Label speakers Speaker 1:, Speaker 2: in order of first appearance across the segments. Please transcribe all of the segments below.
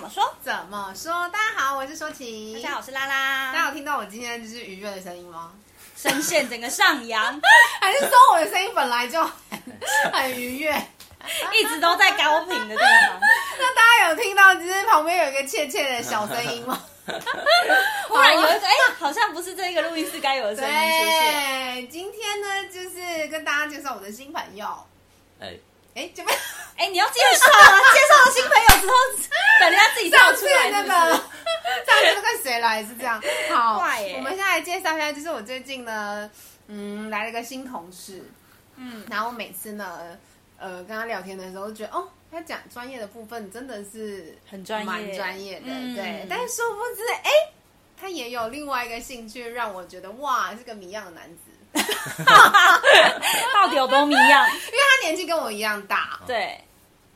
Speaker 1: 感冒说：“大家好，我是舒淇。
Speaker 2: 大家好，我
Speaker 1: 大
Speaker 2: 是拉
Speaker 1: 家
Speaker 2: 拉，
Speaker 1: 有听到我今天就是愉悦的声音吗？
Speaker 2: 声线整个上 扬，
Speaker 1: 还是说我的声音本来就 很很愉悦？
Speaker 2: 一直都在高频的地
Speaker 1: 啊
Speaker 2: 方。
Speaker 1: 那大家有听到就是旁边有一个切切的小声音 吗？
Speaker 2: 突然有一个，哎、好像不是这个录音室该有的声音出现。
Speaker 1: 对，今天呢就是跟大家介绍我的新朋友。
Speaker 3: 哎，
Speaker 1: 哎， 这边
Speaker 2: 哎、你要介绍 啊，介绍了新朋友之后，等人家自己
Speaker 1: 上
Speaker 2: 跳
Speaker 1: 次
Speaker 2: 出来
Speaker 1: 那
Speaker 2: 是
Speaker 1: 个，
Speaker 2: 不是
Speaker 1: 上？次那个谁来是这样。好，
Speaker 2: 怪耶
Speaker 1: 我们现在来介绍一下，就是我最近呢，嗯，来了一个新同事，
Speaker 2: 嗯，
Speaker 1: 然后我每次呢，呃，跟他聊天的时候，觉得哦，他讲专业的部分真的是
Speaker 2: 很专业
Speaker 1: 蛮专业的，
Speaker 2: 嗯
Speaker 1: 对。但殊不知，哎、他也有另外一个兴趣，让我觉得哇，是个谜样的男子，
Speaker 2: 到底有多迷样？
Speaker 1: 因为他年纪跟我一样大，
Speaker 2: 对，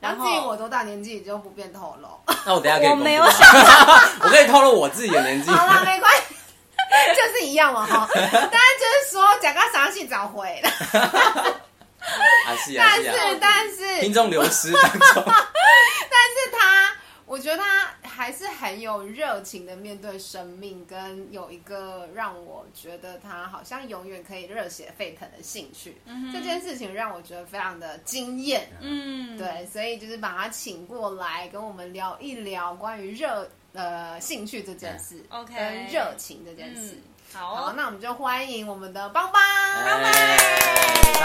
Speaker 1: 然
Speaker 2: 然
Speaker 1: 后至于我
Speaker 2: 后
Speaker 1: 多大年纪，也就不便透露。
Speaker 3: 那我等一下可以
Speaker 2: 我
Speaker 3: 公布
Speaker 2: 没有
Speaker 3: 吗
Speaker 2: 想，
Speaker 3: 我可以透露我自己的年纪。
Speaker 1: 好啦，没关系， 就是一样嘛 哈。当然就是说，讲个啥戏找回，
Speaker 3: 啊是啊
Speaker 1: 但
Speaker 3: 是
Speaker 1: 是
Speaker 3: 啊，
Speaker 1: 但是
Speaker 3: 听众流失当中，
Speaker 1: 但是他，我觉得他还是很有热情的面对生命，跟有一个让我觉得他好像永远可以热血沸腾的兴趣。这件事情让我觉得非常的惊艳。
Speaker 2: 嗯，
Speaker 1: 对，所以就是把他请过来跟我们聊一聊关于热呃兴趣这件事
Speaker 2: 嗯，OK
Speaker 1: 跟热情这件事。
Speaker 2: 嗯，好
Speaker 1: 好，
Speaker 2: 哦，
Speaker 1: 那我们就欢迎我们的邦邦。
Speaker 3: 哎，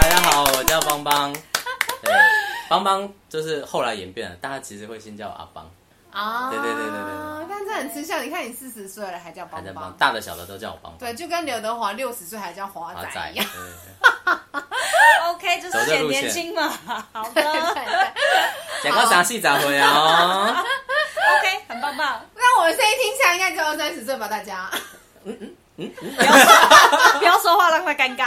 Speaker 3: 大家好，我叫邦邦。对，邦邦就是后来演变了，大家其实会先叫我阿邦，
Speaker 1: 啊，
Speaker 3: 对对对对对
Speaker 1: 但这很吃香。你看你四十岁了还叫
Speaker 3: 还
Speaker 1: 邦
Speaker 3: 在帮
Speaker 1: 邦，
Speaker 3: 大的小的都叫我邦邦。
Speaker 1: 对，就跟刘德华六十岁还叫华
Speaker 3: 阿
Speaker 1: 仔
Speaker 3: 仔，哎
Speaker 1: 一
Speaker 3: 对
Speaker 1: 样。
Speaker 3: 对对
Speaker 2: OK，就是
Speaker 3: 走这
Speaker 2: 显
Speaker 3: 路线
Speaker 2: 年轻嘛，好
Speaker 1: 对
Speaker 2: 的
Speaker 1: 对对，
Speaker 3: 讲到啥戏咋回啊？
Speaker 2: ，OK，很棒棒，
Speaker 1: 那我的声音听起来应该只有二三十岁吧，大家。
Speaker 2: 不要说话让他尴尬。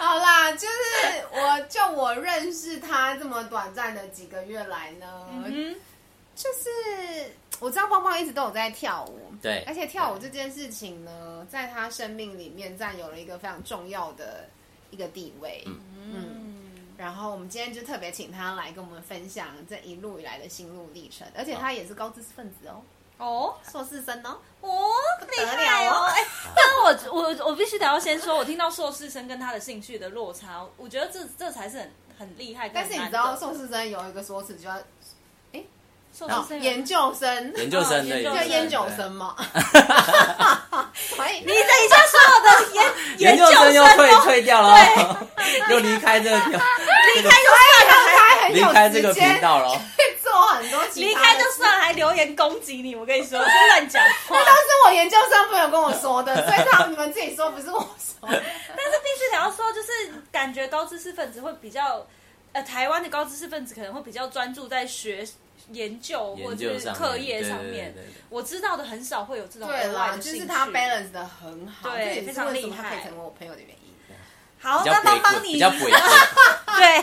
Speaker 1: 好啦，就是我就我认识他这么短暂的几个月来呢，
Speaker 2: 嗯，
Speaker 1: 就是我知道邦邦一直都有在跳舞，
Speaker 3: 对
Speaker 1: 而且跳舞这件事情呢，在他生命里面占有了一个非常重要的一个地位。嗯然后我们今天就特别请他来跟我们分享这一路以来的心路历程，而且他也是高知识分子哦，
Speaker 2: 哦。
Speaker 1: 硕士生哦。
Speaker 2: 哦，厉害哦！哎、但我我我必须得要先说，我听到硕士生跟他的兴趣的落差，我觉得这这才是很很厉害。
Speaker 1: 但是你知道硕士生有一个说辞，就要哦
Speaker 2: 硕士生有
Speaker 1: 研究哦生，
Speaker 3: 研究生的
Speaker 2: 哦研
Speaker 1: 就
Speaker 2: 究
Speaker 1: 叫
Speaker 2: 生研
Speaker 1: 烟酒生嘛。 所以
Speaker 2: 你等一下所有的 研
Speaker 3: 研究生
Speaker 2: 生哦
Speaker 3: 又退
Speaker 2: 都
Speaker 3: 退掉了，又离开这个离
Speaker 2: 离开就算了，还
Speaker 1: 他很
Speaker 3: 离
Speaker 1: 有
Speaker 3: 开这个
Speaker 1: 时
Speaker 3: 频
Speaker 1: 间
Speaker 3: 道了。
Speaker 1: 去做很多其
Speaker 2: 离
Speaker 1: 他
Speaker 2: 开
Speaker 1: 的
Speaker 2: 就
Speaker 1: 事
Speaker 2: 算了，还留言攻击你，我跟你说，乱讲 话。
Speaker 1: 都是我研究生朋友跟我说 的，所以他你们自己说，不是我说。
Speaker 2: 但是必须得要说，就是感觉高知识分子会比较，呃，台湾的高知识分子可能会比较专注在学研究或
Speaker 3: 研
Speaker 2: 者
Speaker 3: 究
Speaker 2: 是
Speaker 3: 上
Speaker 2: 课业上
Speaker 3: 面，
Speaker 2: 面
Speaker 3: 对。对对对
Speaker 2: 我知道的很少会有这种
Speaker 1: 对
Speaker 2: 额
Speaker 1: 啦，
Speaker 2: 外的
Speaker 1: 就
Speaker 2: 兴趣。
Speaker 1: 是他 balance 的很好，
Speaker 2: 对
Speaker 1: 这也
Speaker 2: 非
Speaker 1: 是
Speaker 2: 常
Speaker 1: 为什么
Speaker 2: 厉
Speaker 1: 他可以
Speaker 2: 害
Speaker 1: 成为我朋友的原因。
Speaker 2: 好，
Speaker 3: 比较
Speaker 2: 哦那
Speaker 3: 鬼
Speaker 2: 帮帮
Speaker 3: 棍，
Speaker 2: 你，
Speaker 3: 比较鬼棍。
Speaker 2: 对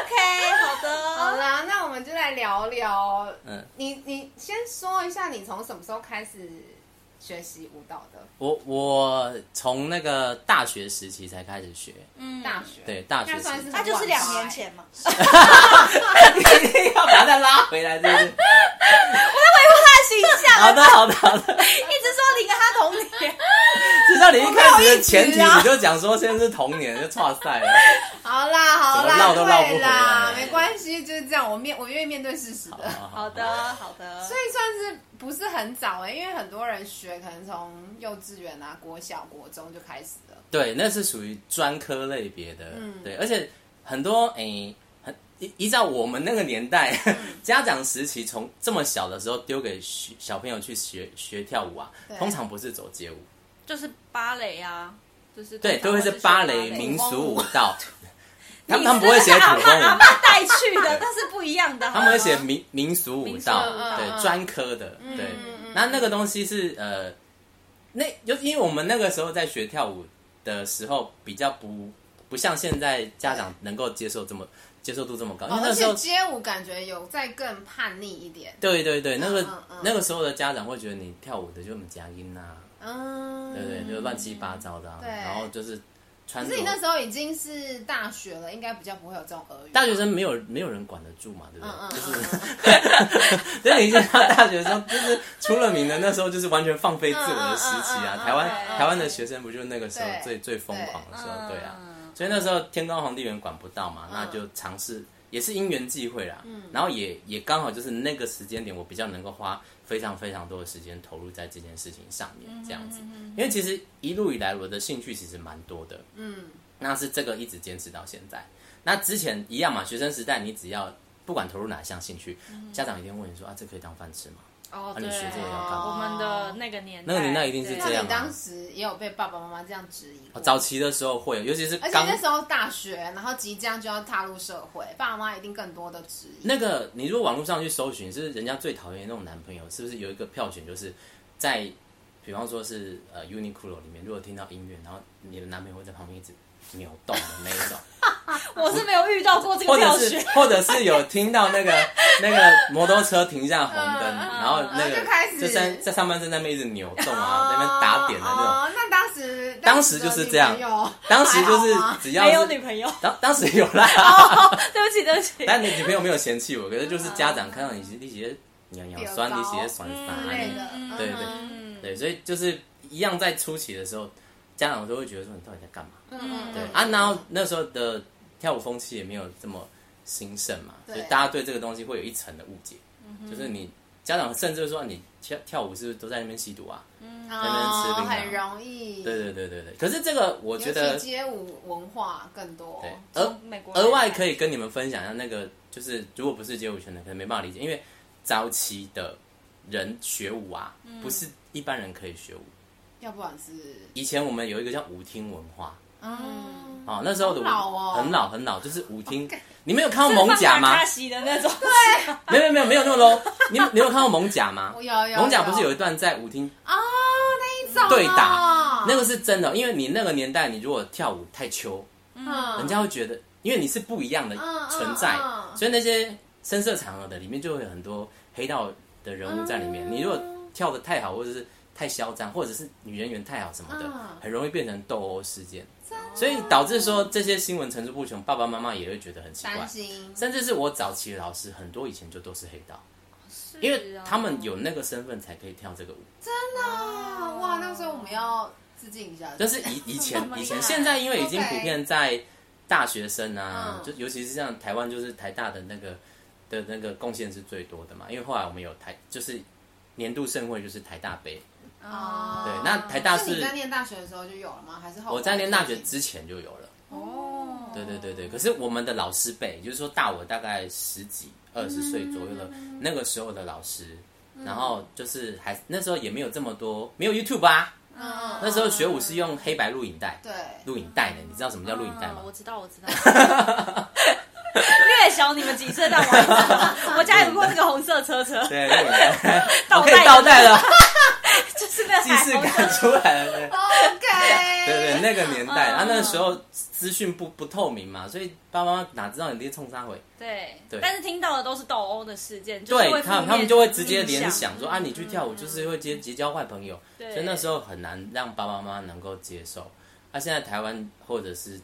Speaker 2: ，OK，好
Speaker 1: 好
Speaker 2: 的。
Speaker 1: 啦，那我们就来聊聊，
Speaker 3: 嗯，
Speaker 1: 你你先说一下，你从什么时候开始学习舞蹈的？
Speaker 3: 我我从那个大学时期才开始学，
Speaker 2: 嗯
Speaker 1: 大学
Speaker 3: 对大学
Speaker 1: 那算是
Speaker 3: 时
Speaker 2: 他就是两年前嘛，他
Speaker 3: 一定要把它拉回来，就是
Speaker 2: 形象啊
Speaker 3: 好的好的好的，
Speaker 2: 一直说你跟他同年，
Speaker 3: 至少你一开始的前提
Speaker 1: 我没有一直啊
Speaker 3: 你就讲说现在是童年就岔赛了，
Speaker 1: 好啦好
Speaker 3: 怎
Speaker 1: 啦，
Speaker 3: 么绕都绕不
Speaker 1: 对啦，
Speaker 3: 回来
Speaker 1: 没关系，就是这样，我面我愿意面对事实的。
Speaker 2: 好的好的
Speaker 1: 所，以算是不是很早哎、欸，因为很多人学可能从幼稚园啊、国小、国中就开始了。
Speaker 3: 对，那是属于专科类别的，
Speaker 1: 嗯
Speaker 3: 对，而且很多诶、很依依照我们那个年代， 家长时期从这么小的时候丢给学小朋友去学学跳舞啊
Speaker 1: 对，
Speaker 3: 通常不是走街舞，
Speaker 2: 就是芭蕾啊，就是
Speaker 3: 对，
Speaker 2: 通
Speaker 3: 都会
Speaker 2: 常
Speaker 3: 是
Speaker 2: 学
Speaker 3: 芭蕾、
Speaker 1: 民
Speaker 3: 民
Speaker 1: 风
Speaker 3: 俗
Speaker 1: 舞
Speaker 3: 舞蹈，他
Speaker 2: 你
Speaker 3: 们
Speaker 2: 是
Speaker 3: 他们不会写
Speaker 2: 阿
Speaker 3: 普
Speaker 2: 妈
Speaker 3: 通
Speaker 2: 阿
Speaker 3: 舞
Speaker 2: 妈。带去的，但是不一样的。
Speaker 3: 他们会写
Speaker 2: 好吗
Speaker 3: 民民俗舞
Speaker 2: 民俗
Speaker 3: 蹈，
Speaker 2: 舞
Speaker 1: 嗯
Speaker 2: 蹈
Speaker 3: 对专科的，对
Speaker 1: 嗯嗯。
Speaker 3: 那那个东西是呃，那就因为我们那个时候在学跳舞的时候，比较不不像现在家长能够接受这么接受度这么高，因为
Speaker 1: 哦而
Speaker 3: 那时
Speaker 1: 且
Speaker 3: 候
Speaker 1: 街舞感觉有再更叛逆一点，
Speaker 3: 对对对，那
Speaker 1: 嗯
Speaker 3: 个
Speaker 1: 嗯
Speaker 3: 那个时候的家长会觉得你跳舞的就那么夹音呐，
Speaker 1: 嗯，
Speaker 3: 对不对，就乱七八糟的啊，
Speaker 1: 对
Speaker 3: 然后就是穿
Speaker 1: 可
Speaker 3: 着
Speaker 1: 是你那时候已经是大学了，应该比较不会有这种俄语。
Speaker 3: 大学生没有没有人管得住嘛，对不
Speaker 1: 嗯，嗯
Speaker 3: 对？
Speaker 1: 嗯嗯嗯，
Speaker 3: 所以你知道大学生就是出了名的，那时候就是完全放飞自我的时期
Speaker 1: 嗯嗯嗯
Speaker 3: 啊
Speaker 1: 嗯。
Speaker 3: 台湾
Speaker 2: 对
Speaker 3: 台湾的学生不就那个时候
Speaker 1: 对
Speaker 3: 最最疯狂的时候，对啊。
Speaker 2: 嗯
Speaker 3: 所以那时候天高皇帝远管不到嘛，
Speaker 1: 嗯
Speaker 3: 那就尝试也是因缘际会啦。然后也也刚好就是那个时间点，我比较能够花非常非常多的时间投入在这件事情上面，
Speaker 1: 嗯
Speaker 3: 这样子。因为其实一路以来我的兴趣其实蛮多的，嗯，那是这个一直坚持到现在。那之前一样嘛，学生时代你只要不管投入哪项兴趣，
Speaker 1: 嗯
Speaker 3: 家长一定问你说啊，这可以当饭吃吗？
Speaker 1: 哦，
Speaker 3: 啊
Speaker 1: 对，
Speaker 3: 你学这个要干嘛
Speaker 2: 我们的那个年代，
Speaker 3: 那个年代一定是
Speaker 2: 对
Speaker 3: 这
Speaker 1: 那
Speaker 3: 样
Speaker 1: 你
Speaker 3: 啊
Speaker 1: 当时也有被爸爸妈妈这样质疑过？
Speaker 3: 哦早期的时候会，尤其是
Speaker 1: 而且
Speaker 3: 刚
Speaker 1: 那时候大学，然后即将就要踏入社会，爸妈一定更多的质疑。
Speaker 3: 那个，你如果网络上去搜寻，是人家最讨厌的那种男朋友，是不是有一个票选，就是在，比方说是呃 Uniqlo 里面，如果听到音乐，然后你的男朋友会在旁边一直扭动的那一 种，
Speaker 2: 我是没有遇到过这
Speaker 3: 或
Speaker 2: 个票
Speaker 3: 者是
Speaker 2: 选，
Speaker 3: 或者是有听到 那个那个摩托车停下红灯，
Speaker 1: 嗯嗯
Speaker 3: 然后
Speaker 1: 然
Speaker 3: 那
Speaker 1: 后
Speaker 3: 个
Speaker 1: 就开始
Speaker 3: 就上在上半身在那边一直扭动
Speaker 1: 哦
Speaker 3: 啊，在那边打点的那种，
Speaker 1: 哦，那当时
Speaker 3: 当时就是这样
Speaker 1: 当时的女朋友
Speaker 3: 当时就
Speaker 1: 还好啊吗
Speaker 3: 是只
Speaker 2: 没有
Speaker 3: 要
Speaker 2: 女
Speaker 3: 是
Speaker 2: 朋友。
Speaker 3: 当当时有啦，
Speaker 2: 哦，对不起，对不起。
Speaker 3: 但你女朋友没有嫌弃我，可是就是家长看到你你
Speaker 1: 嗯
Speaker 3: 些娘娘酸，你些酸
Speaker 2: 嗯
Speaker 3: 酸
Speaker 1: 之类的
Speaker 2: 嗯
Speaker 3: 对对
Speaker 2: 嗯
Speaker 3: 对，所以就是一样在初期的时候，家长都会觉得说你到底在干嘛？
Speaker 1: 嗯
Speaker 3: 对
Speaker 1: 嗯
Speaker 3: 啊，然后那时候的跳舞风气也没有这么兴盛嘛，
Speaker 1: 对嗯
Speaker 3: 所以大家对这个东西会有一层的误解，就是你家长甚至会说你跳跳舞是不是都在那边吸毒啊？吃
Speaker 1: 哦
Speaker 3: 槟榔
Speaker 1: 很容易，
Speaker 3: 对对对对对。可是这个我觉
Speaker 1: 嗯尤其
Speaker 3: 得
Speaker 1: 哦街舞文化更多，
Speaker 3: 对，额
Speaker 2: 从美国
Speaker 3: 额外可
Speaker 2: 以
Speaker 3: 以跟你们分享一下那个，就是如果不是街舞圈的，可能没办法理解，因为早期的人学舞啊，
Speaker 1: 嗯
Speaker 3: 不是一般人可以学舞。
Speaker 1: 要不然是
Speaker 3: 以前我们有一个叫舞厅文化，
Speaker 1: 嗯，
Speaker 3: 哦，那时候的舞
Speaker 1: 好老哦
Speaker 3: 很老很老，就是舞厅。你没有看过蒙甲吗
Speaker 2: 卡？西的那种，
Speaker 3: 没有没有没有那么 low。你你有看过蒙甲吗
Speaker 1: 我？有有
Speaker 3: 蒙甲不是有一段在舞厅，
Speaker 1: 哦那一种啊
Speaker 3: 对打那
Speaker 1: 个
Speaker 3: 个是真的，哦因为你那个年代，你如果跳舞太秋，
Speaker 1: 啊
Speaker 3: 人家会觉得，因为你是不一样的
Speaker 1: 嗯
Speaker 3: 存在
Speaker 1: 嗯，嗯
Speaker 3: 所以那些深色场合的里面就会有很多黑道的人物在里面。
Speaker 1: 嗯
Speaker 3: 你如果跳的太好，或者是太嚣张，或者是女人缘太好什么的
Speaker 1: 嗯，
Speaker 3: 很容易变成斗殴事件。所以导致说这些新闻层出不穷，爸爸妈妈也会觉得很奇怪
Speaker 1: 担。心
Speaker 3: 甚至是我早期的老师，很多以前就都是黑道，
Speaker 2: 啊
Speaker 3: 因为他们有那个身份才可以跳这个舞。
Speaker 1: 啊哇，那时候我们要致敬一下，
Speaker 3: 但是以以前
Speaker 2: 么厉害
Speaker 3: 以前，现在因为已经
Speaker 1: OK
Speaker 3: 普遍在大学生啊
Speaker 1: 嗯，
Speaker 3: 就尤其是像台湾，就是台大的那个的那个贡献是最多的嘛。因为后来我们有台，就是年度盛会就是台大杯，
Speaker 1: 哦
Speaker 3: 对那台大
Speaker 1: 是
Speaker 3: 是
Speaker 1: 你在念大学的时候就有了吗？还是后来
Speaker 3: 我在念大学之前就有了。
Speaker 1: 哦，
Speaker 3: 对对对对，可是我们的老师辈，也就是说大我大概十几二十岁左右的那个时候的老师，然后就是还那时候也没有这么多，没有 YouTube 啊，
Speaker 1: 嗯
Speaker 3: 那时候学舞是用黑白录影带，
Speaker 1: 对
Speaker 3: 录影带的，你知道什么叫录影带
Speaker 2: 嗯
Speaker 3: 吗？
Speaker 2: 哦我知道，我知道。 略小你们几岁，但我还知 道我家有过那个红色车车，
Speaker 3: 对，录影带，
Speaker 2: 倒
Speaker 3: 我可以
Speaker 2: 带
Speaker 3: 倒带 了，
Speaker 2: 就是那个
Speaker 3: 既
Speaker 2: 彩
Speaker 3: 视
Speaker 2: 虹
Speaker 3: 感出来了。对
Speaker 1: ，OK，
Speaker 3: 啊对对，那个年代，
Speaker 2: 嗯
Speaker 3: 啊，那时候资讯不不透明嘛，所以爸爸妈妈哪知道你爹冲啥回？
Speaker 2: 对，
Speaker 3: 对
Speaker 2: 但是听到的都是斗殴的事件，就是
Speaker 3: 对
Speaker 2: 会
Speaker 3: 他
Speaker 2: 负面
Speaker 3: 他们就会直
Speaker 2: 影响
Speaker 3: 接
Speaker 2: 嗯
Speaker 3: 联想说啊，你去跳舞就是会结结交坏朋友，
Speaker 2: 对
Speaker 3: 所以那时候很难让爸爸妈妈能够接受。那、现在台湾或者是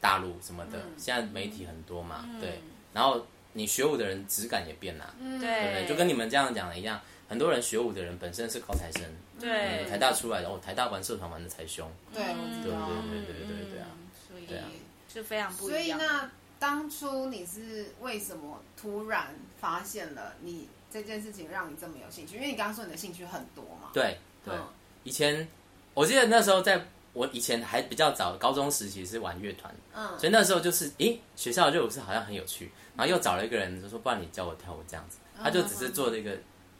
Speaker 3: 大陆什么的，
Speaker 2: 嗯
Speaker 3: 现在媒体很多嘛，对，然后你学舞的人质感也变
Speaker 2: 嗯
Speaker 3: 啦，对不
Speaker 2: 对
Speaker 3: 对？就跟你们这样讲的一样，很多人学舞的人本身是高材生，
Speaker 2: 对
Speaker 3: 嗯台大出来的哦，台大玩社团玩的才凶，
Speaker 1: 对，
Speaker 2: 嗯
Speaker 1: 我知
Speaker 3: 对
Speaker 1: 道
Speaker 3: 对对对对对对啊！
Speaker 2: 哦所以
Speaker 3: 对啊
Speaker 2: 就非常不
Speaker 1: 所
Speaker 2: 一
Speaker 1: 以
Speaker 2: 样。
Speaker 1: 那当初你是为什么突然发现了你这件事情让你这么有兴趣？因为你刚刚说你的兴趣很多嘛。
Speaker 3: 对对。
Speaker 1: 嗯
Speaker 3: 以前我记得那时候在我以前还比较早，高中时期是玩乐团，
Speaker 1: 嗯
Speaker 3: 所以那时候就是，咦，学校的热舞社好像很有趣，然后又找了一个人就说，不然你教我跳舞这样子，他就只是做了一个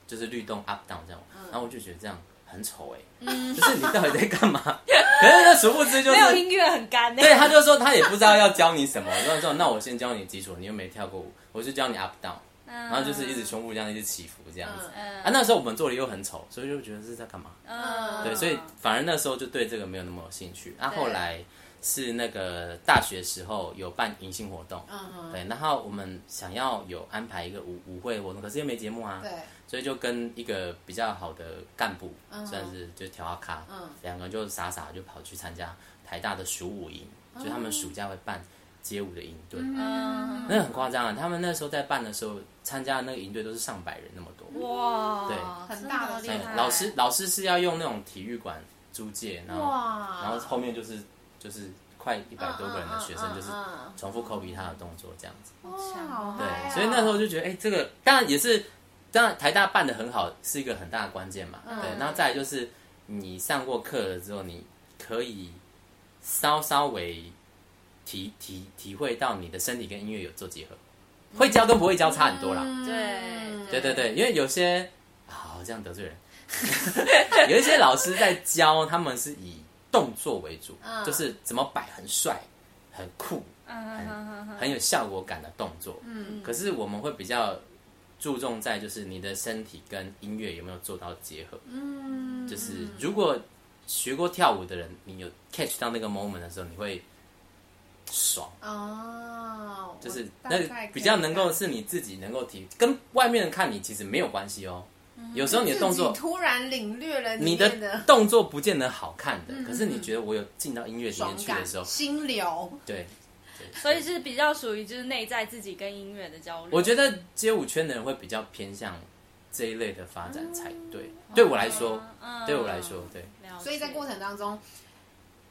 Speaker 3: 就是律动 up down 这样，然后我就觉得这样很丑哎、就是你到底在干嘛？ 可是那殊不知就
Speaker 2: 没有
Speaker 3: 是，
Speaker 2: 音乐很干呢、
Speaker 3: 对，他就说他也不知道要教你什么， 我就说那我先教你基础，你又没跳过舞，我就教你 up down，
Speaker 2: 然
Speaker 3: 然后就是一直胸部这样一直起伏这样子，
Speaker 2: 嗯
Speaker 3: 啊，那时候我们做的又很丑，所以就觉得是在干嘛？
Speaker 2: 嗯
Speaker 3: 啊对，所以反而那时候就对这个没有那么有兴趣。那、后来是那个大学时候有办迎新活动，
Speaker 1: 嗯哼，
Speaker 3: 对，然后我们想要有安排一个舞舞会活动，可是又没节目啊，
Speaker 1: 对，
Speaker 3: 所以就跟一个比较好的干部，
Speaker 1: 嗯
Speaker 3: 算是就调阿咖，
Speaker 1: 嗯
Speaker 3: 两个人就傻傻就跑去参加台大的暑舞营，就他
Speaker 1: 嗯
Speaker 3: 们暑假会办街舞的营队，啊
Speaker 2: 嗯，
Speaker 3: 那很夸张啊！他们那时候在办的时候，参加的那个营队都是上百人那么多，
Speaker 2: 嗯哇，
Speaker 3: 对哎
Speaker 1: 很大的
Speaker 2: 真厉
Speaker 1: 厉
Speaker 2: 害。
Speaker 1: 害
Speaker 3: 老师老师是要用那种体育馆租借，然后
Speaker 1: 哇，
Speaker 3: 然后后面就是就是快一百多个人的学生就是
Speaker 1: 嗯
Speaker 3: 重复 copy 他的动作这样子。
Speaker 1: 嗯嗯
Speaker 2: 强
Speaker 1: 好
Speaker 2: 哦
Speaker 1: 嗨啊
Speaker 3: 对，所以那时候就觉得，哎、这个当然也是，当然台大办的很好，是一个很大的关键嘛。
Speaker 1: 嗯
Speaker 3: 对，然后再来就是你上过课了之后，你可以稍稍微体体体会到你的身体跟音乐有做结合，
Speaker 1: 嗯
Speaker 3: 会教跟不会教差很多啦。
Speaker 2: 对
Speaker 3: 对对对，因为有些啊好、这样得罪人， 有一些老师在教，他们是以动作为主，
Speaker 1: 嗯
Speaker 3: 就是怎么摆很帅、很酷，
Speaker 2: 嗯
Speaker 3: 很有效果感的动作。
Speaker 1: 嗯
Speaker 3: 可是我们会比较注重在就是你的身体跟音乐有没有做到结合。
Speaker 1: 嗯，
Speaker 3: 就是如果学过跳舞的人，你有 catch 到那个 moment 的时候，你会爽，
Speaker 1: 哦，
Speaker 3: 就是
Speaker 1: 我
Speaker 3: 那
Speaker 1: 大概可以
Speaker 3: 比较能够
Speaker 1: 看
Speaker 3: 是你自己能够体，跟外面人看你其实没有关系哦。有时候你的动
Speaker 1: 嗯自
Speaker 3: 作
Speaker 1: 己，突然领略了
Speaker 3: 你
Speaker 1: 里面
Speaker 3: 的
Speaker 1: 的
Speaker 3: 动作不见得好看的，可是
Speaker 1: 嗯
Speaker 3: 你
Speaker 1: 嗯
Speaker 3: 觉得我有进到音乐里
Speaker 1: 爽
Speaker 3: 面去
Speaker 1: 感
Speaker 3: 的时候，
Speaker 1: 心流，
Speaker 3: 对，
Speaker 2: 所以是比较属于就是内在自己跟音乐的交流。
Speaker 3: 我觉得街舞圈的人会比较偏向这一类的发展才对。对我来说，
Speaker 2: 嗯，
Speaker 3: 对我来说，对，
Speaker 2: 了解，
Speaker 1: 所以在过程当中，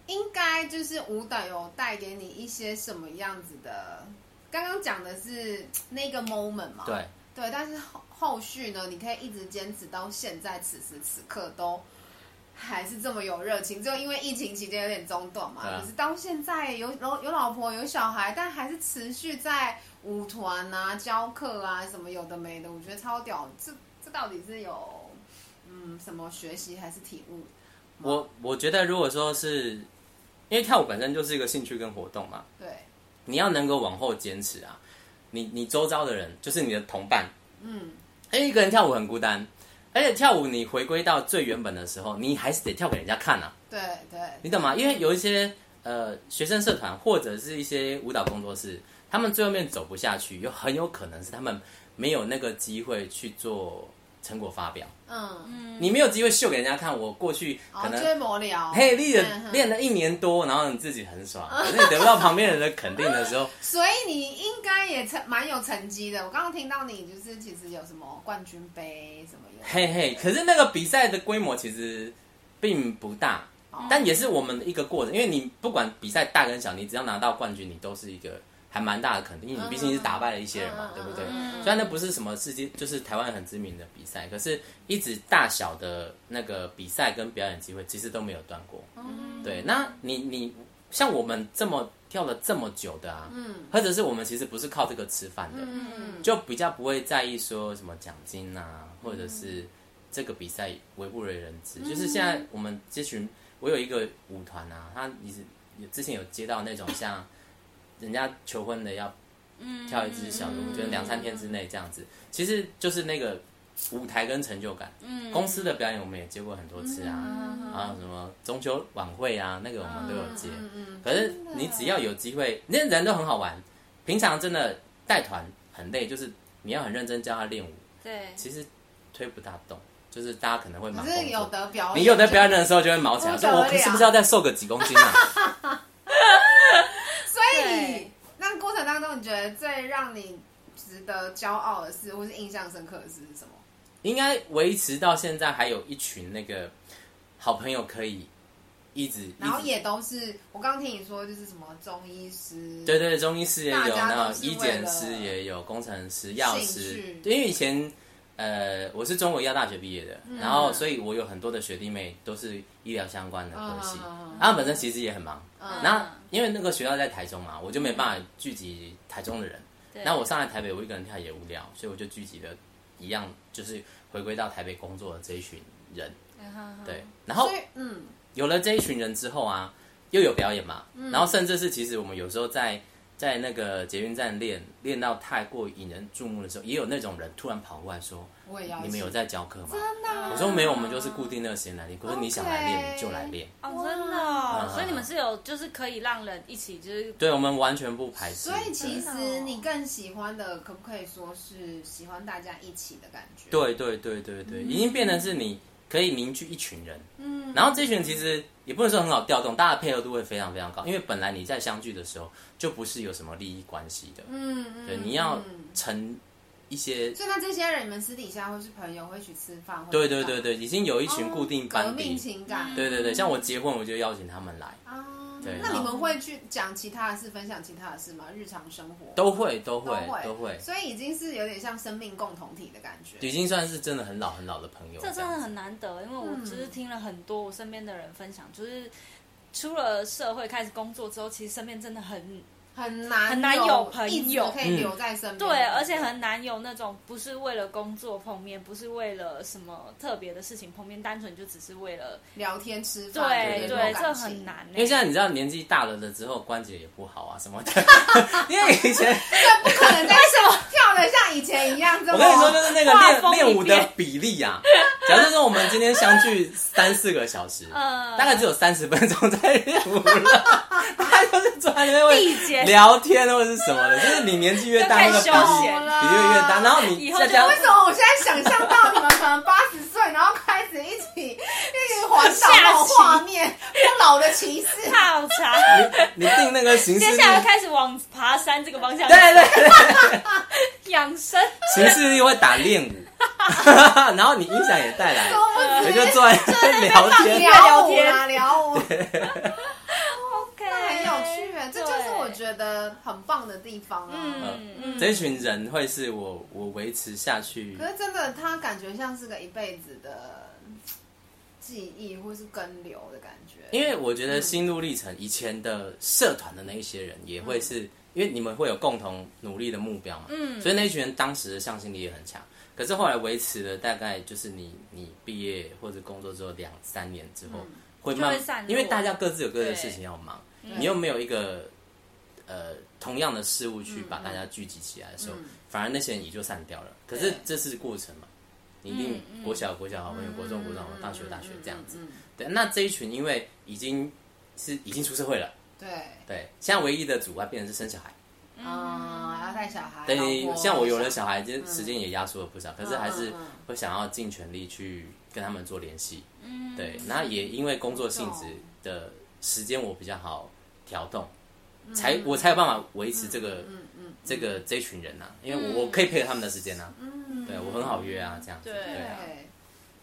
Speaker 1: 应该就是舞蹈有带给你一些什么样子的？刚刚讲的是那个 moment 嘛，
Speaker 3: 对，
Speaker 1: 对，但是后后续呢，你可以一直坚持到现在，此时此刻都还是这么有热情。就因为疫情期间有点中断嘛，
Speaker 3: 对啊
Speaker 1: 可是到现在有有有老婆有小孩，但还是持续在舞团啊、教课啊什么有的没的，我觉得超屌。这这到底是有嗯什么学习还是体悟？
Speaker 3: 我我觉得如果说是因为跳舞本身就是一个兴趣跟活动嘛，
Speaker 1: 对，
Speaker 3: 你要能够往后坚持啊。你你周遭的人就是你的同伴，
Speaker 1: 嗯，
Speaker 3: 哎，一个人跳舞很孤单，而且跳舞你回归到最原本的时候，你还是得跳给人家看啊，
Speaker 1: 对对，
Speaker 3: 你懂吗？因为有一些呃学生社团或者是一些舞蹈工作室，他们最后面走不下去，有很有可能是他们没有那个机会去做成果发表，
Speaker 1: 嗯，
Speaker 3: 你没有机会秀给人家看。我过去可
Speaker 1: 哦，
Speaker 3: 能
Speaker 1: 追魔聊，
Speaker 3: 嘿，练
Speaker 1: 嗯
Speaker 3: 了
Speaker 1: 哼
Speaker 3: 练了一年多，然后你自己很 爽，可是你得不到旁边人的肯定的时候，
Speaker 1: 所以你应该也成蛮有成绩的。我刚刚听到你就是其实有什么冠军杯什么有，
Speaker 3: 嘿嘿。可是那个比赛的规模其实并不大，
Speaker 1: 哦
Speaker 3: 但也是我们的一个过程，因为你不管比赛大跟小，你只要拿到冠军，你都是一个还蛮大的肯定，因为你毕竟是打败了一些人嘛
Speaker 1: 嗯，
Speaker 3: 对不对
Speaker 1: 嗯？
Speaker 3: 虽然那不是什么世界，就是台湾很知名的比赛，可是一直大小的那个比赛跟表演机会其实都没有断过。
Speaker 1: 嗯
Speaker 3: 对，那你你像我们这么跳了这么久的啊，
Speaker 1: 嗯
Speaker 3: 或者是我们其实不是靠这个吃饭的，
Speaker 1: 嗯，
Speaker 3: 就比较不会在意说什么奖金啊，或者是这个比赛为不为人知。就是现在我们这群，我有一个舞团啊，他一直之前有接到那种像人家求婚的要
Speaker 2: 嗯
Speaker 3: 跳一支小的舞，就是两三天之内这样子，其实就是那个舞台跟成就感。公司的表演我们也接过很多次啊，
Speaker 2: 嗯
Speaker 3: 然后什么中秋晚会啊，那个我们都有接。
Speaker 1: 嗯嗯，
Speaker 3: 可是你只要有机会，那人都很好玩。平常真的带团很累，就是你要很认真教他练舞，
Speaker 2: 对，
Speaker 3: 其实推不大动，就是大家可能会
Speaker 1: 可
Speaker 3: 忙工作
Speaker 1: 是有的表演，
Speaker 3: 你有的表演的时候就会毛起来，
Speaker 1: 不
Speaker 3: 说
Speaker 1: 得了
Speaker 3: 我是不是要再瘦个几公斤啊？
Speaker 1: 所以
Speaker 2: 对
Speaker 1: 那过程当中，你觉得最让你值得骄傲的事，或是印象深刻的事是什么？
Speaker 3: 应该维持到现在，还有一群那个好朋友可以一直，
Speaker 1: 然后
Speaker 3: 一直
Speaker 1: 也都是我刚刚听你说，就是什么中医师，
Speaker 3: 对对，中医师也有，
Speaker 1: 大家
Speaker 3: 然后
Speaker 1: 都是
Speaker 3: 医检师也有，工程师、药
Speaker 1: 兴
Speaker 3: 师
Speaker 1: 趣。
Speaker 3: 对，因为以前呃，我是中国医药大学毕业的，
Speaker 1: 嗯
Speaker 3: 然后所以我有很多的学弟妹都是医疗相关的科系，
Speaker 1: 嗯
Speaker 3: 他们本身其实也很忙。
Speaker 1: 嗯
Speaker 3: 然后因为那个学校在台中嘛，我就没办法聚集台中的人。
Speaker 2: 对
Speaker 3: 然后我上来台北，我一个人跳也无聊，所以我就聚集了一样，就是回归到台北工作的这一群人。
Speaker 2: 嗯
Speaker 3: 对，然后
Speaker 1: 所以嗯嗯
Speaker 3: 有了这一群人之后啊，又有表演嘛，然后甚至是其实我们有时候在在那个捷运站练练到太过引人注目的时候，也有那种人突然跑过来说
Speaker 1: 我也要：“
Speaker 3: 你们有在教课吗？”
Speaker 1: 真的啊？
Speaker 3: 我说：“没有，我们就是固定那个时间来练。可是你想来练
Speaker 1: OK
Speaker 3: 你就来练。
Speaker 2: 哦，真的
Speaker 3: 嗯
Speaker 2: 哦
Speaker 3: 嗯，嗯
Speaker 2: 所以你们是有就是可以让人一起就是”
Speaker 3: 对，我们完全不排斥
Speaker 1: 所。以其
Speaker 2: 真的
Speaker 1: 实
Speaker 2: 哦
Speaker 1: 你更喜欢的，可不可以说是喜欢大家一起的感觉？，
Speaker 3: 对对对对对，已经变成是你可以凝聚一群人，
Speaker 1: 嗯，
Speaker 3: 然后这群人其实也不能说很好调动，大家的配合度会非常非常高，因为本来你在相聚的时候就不是有什么利益关系的，
Speaker 1: 嗯，
Speaker 3: 对，
Speaker 1: 嗯
Speaker 3: 你要
Speaker 1: 嗯
Speaker 3: 成一些，
Speaker 1: 所以那这些人，你们私底下会是朋友，会去吃饭，会
Speaker 3: 对
Speaker 1: 去
Speaker 3: 对
Speaker 1: 干嘛哦
Speaker 3: 对对，已经有一群固定
Speaker 1: 革
Speaker 2: 哦
Speaker 3: 班
Speaker 1: 命
Speaker 3: 底，
Speaker 1: 情感，
Speaker 3: 对对对，像我结婚我就邀请他们来，
Speaker 1: 啊，
Speaker 3: 对
Speaker 1: 那
Speaker 3: 然
Speaker 1: 你
Speaker 3: 后
Speaker 2: 哦
Speaker 1: 们会去讲其他的事，分享其他的事吗？日常生活
Speaker 3: 都会都
Speaker 1: 都
Speaker 3: 会都会，
Speaker 1: 所以已经是有点像生命共同体的感觉。
Speaker 3: 已经算是真的很老很老的朋友，
Speaker 2: 这真
Speaker 3: 样
Speaker 2: 的
Speaker 3: 子
Speaker 2: 很难得，因为我就是听了很多我身边的人分享，就是出了社会开始工作之后，其实身边真的很
Speaker 1: 很难
Speaker 2: 很难有
Speaker 1: 有
Speaker 2: 朋
Speaker 1: 一直
Speaker 2: 友
Speaker 1: 可以
Speaker 3: 嗯
Speaker 1: 留在身边的、
Speaker 2: 对，而且很难有那种不是为了工作碰面，不是为了什么特别的事情碰面，单纯就只是为了
Speaker 1: 聊天吃饭，
Speaker 2: 对
Speaker 3: 对
Speaker 2: 对，
Speaker 1: 这
Speaker 2: 这很。难欸。
Speaker 3: 因为现在你知道年纪大了了之后关节也不好啊什么 的，因为以前
Speaker 1: 这不可能
Speaker 2: 欸
Speaker 1: 再为什么跳的像以前一样这么？
Speaker 3: 我跟你说，就是那个
Speaker 2: 画
Speaker 3: 练
Speaker 2: 风一
Speaker 3: 练舞的
Speaker 2: 变
Speaker 3: 比例啊。假设说我们今天相聚三四个小 时，
Speaker 2: 呃，
Speaker 3: 大概只有三十分钟在练舞 了，大家都是坐在那边会
Speaker 2: 缔结
Speaker 3: 聊天或者是什么的。就是你年纪越大，那
Speaker 2: 就开
Speaker 3: 个
Speaker 2: 始
Speaker 3: 比例
Speaker 2: 休
Speaker 3: 比
Speaker 2: 闲
Speaker 1: 了
Speaker 3: 例越大，然后你
Speaker 2: 以后
Speaker 3: 再
Speaker 2: 就
Speaker 3: 加
Speaker 1: 为什么我现在想象到你们可能八十岁，然后开始一起一起环岛那种画面，不老的骑士。
Speaker 2: 泡茶，
Speaker 3: 你定那个形式
Speaker 2: 接
Speaker 3: 力，
Speaker 2: 下来开始往爬山这个方向
Speaker 3: 对对对，
Speaker 2: 养生，
Speaker 3: 形式力会打练舞， 然后你音响也带来，
Speaker 1: 我
Speaker 3: 你就坐在那边聊天。
Speaker 1: 聊我啦，聊我，
Speaker 2: OK，
Speaker 1: 那很有趣耶，这就是我
Speaker 2: 得，
Speaker 1: 觉得很棒的地方啊。
Speaker 2: 嗯嗯，
Speaker 3: 这群人会是我我维持下去
Speaker 1: 可是真的，他感觉像是个一辈子的嗯记忆，或是根流的感觉。
Speaker 3: 因为我觉
Speaker 2: 嗯
Speaker 3: 得心路历程，以前的社团的那一些人也会是，
Speaker 2: 嗯
Speaker 3: 因为你们会有共同努力的目标嘛，嗯，所以那一群人当时的向心力也很强。可是后来维持了大概就是你你毕业或者工作之后两三年之后，会
Speaker 2: 嗯
Speaker 3: 慢
Speaker 2: 就会散，落
Speaker 3: 因为大家各自有各自的事情要忙，你又没有一个呃同样的事物
Speaker 2: 嗯
Speaker 3: 去把大家聚集起来的时候，反而那些人也就散掉了。可是
Speaker 1: 对
Speaker 3: 这是过程嘛，你一
Speaker 2: 嗯
Speaker 3: 定国小有国小好朋友，国中有国中好朋友，大学有大学这样子。
Speaker 1: 嗯，嗯嗯
Speaker 3: 对，那这一群因为已经是已经出社会了，
Speaker 1: 对，
Speaker 3: 对，现在唯一的阻碍变成是生小孩。
Speaker 1: 啊，要带小孩，
Speaker 3: 等于
Speaker 1: 老婆
Speaker 3: 像我有了
Speaker 1: 小
Speaker 3: 小孩，这时间也压缩了不少，可是还是
Speaker 1: 嗯嗯
Speaker 3: 会想要尽全力去跟他们做联系。嗯，对，那也因为工作性质的时间我比较好调动，才我才有办法维持这个
Speaker 1: 嗯嗯，
Speaker 3: 这个这一群人呐，啊因为我我可以配合他们的时间呐，
Speaker 1: 嗯
Speaker 3: 对我很好约啊，这样子，
Speaker 2: 对
Speaker 3: 对啊，
Speaker 1: 对，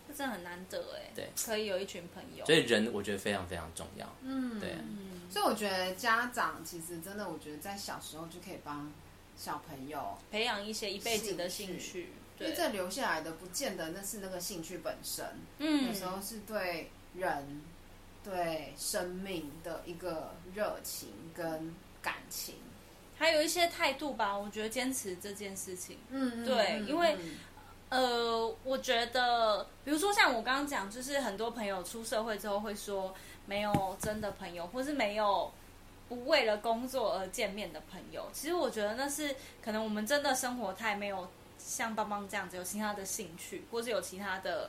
Speaker 2: 这真的很难得哎，
Speaker 3: 对，
Speaker 2: 可以有一群朋友，
Speaker 3: 所以人我觉得非常非常重要，
Speaker 1: 嗯，
Speaker 3: 对啊。
Speaker 1: 所以我觉得家长其实真的，我觉得在小时候就可以帮小朋友，
Speaker 2: 培养一些一辈子的兴
Speaker 1: 兴
Speaker 2: 趣，
Speaker 1: 因为
Speaker 2: 对，
Speaker 1: 这留下来的不见得那是那个兴趣本身，有
Speaker 2: 嗯
Speaker 1: 时候是对人、对生命的一个热情跟感情。
Speaker 2: 还有一些态度吧，我觉得坚持这件事情。
Speaker 1: 嗯，
Speaker 2: 对
Speaker 1: 嗯
Speaker 2: 因为
Speaker 1: 嗯
Speaker 2: 呃，我觉得，比如说像我刚刚讲，就是很多朋友出社会之后会说没有真的朋友，或是没有不为了工作而见面的朋友。其实我觉得那是可能我们真的生活太没有像邦邦这样子有其他的兴趣，或是有其他的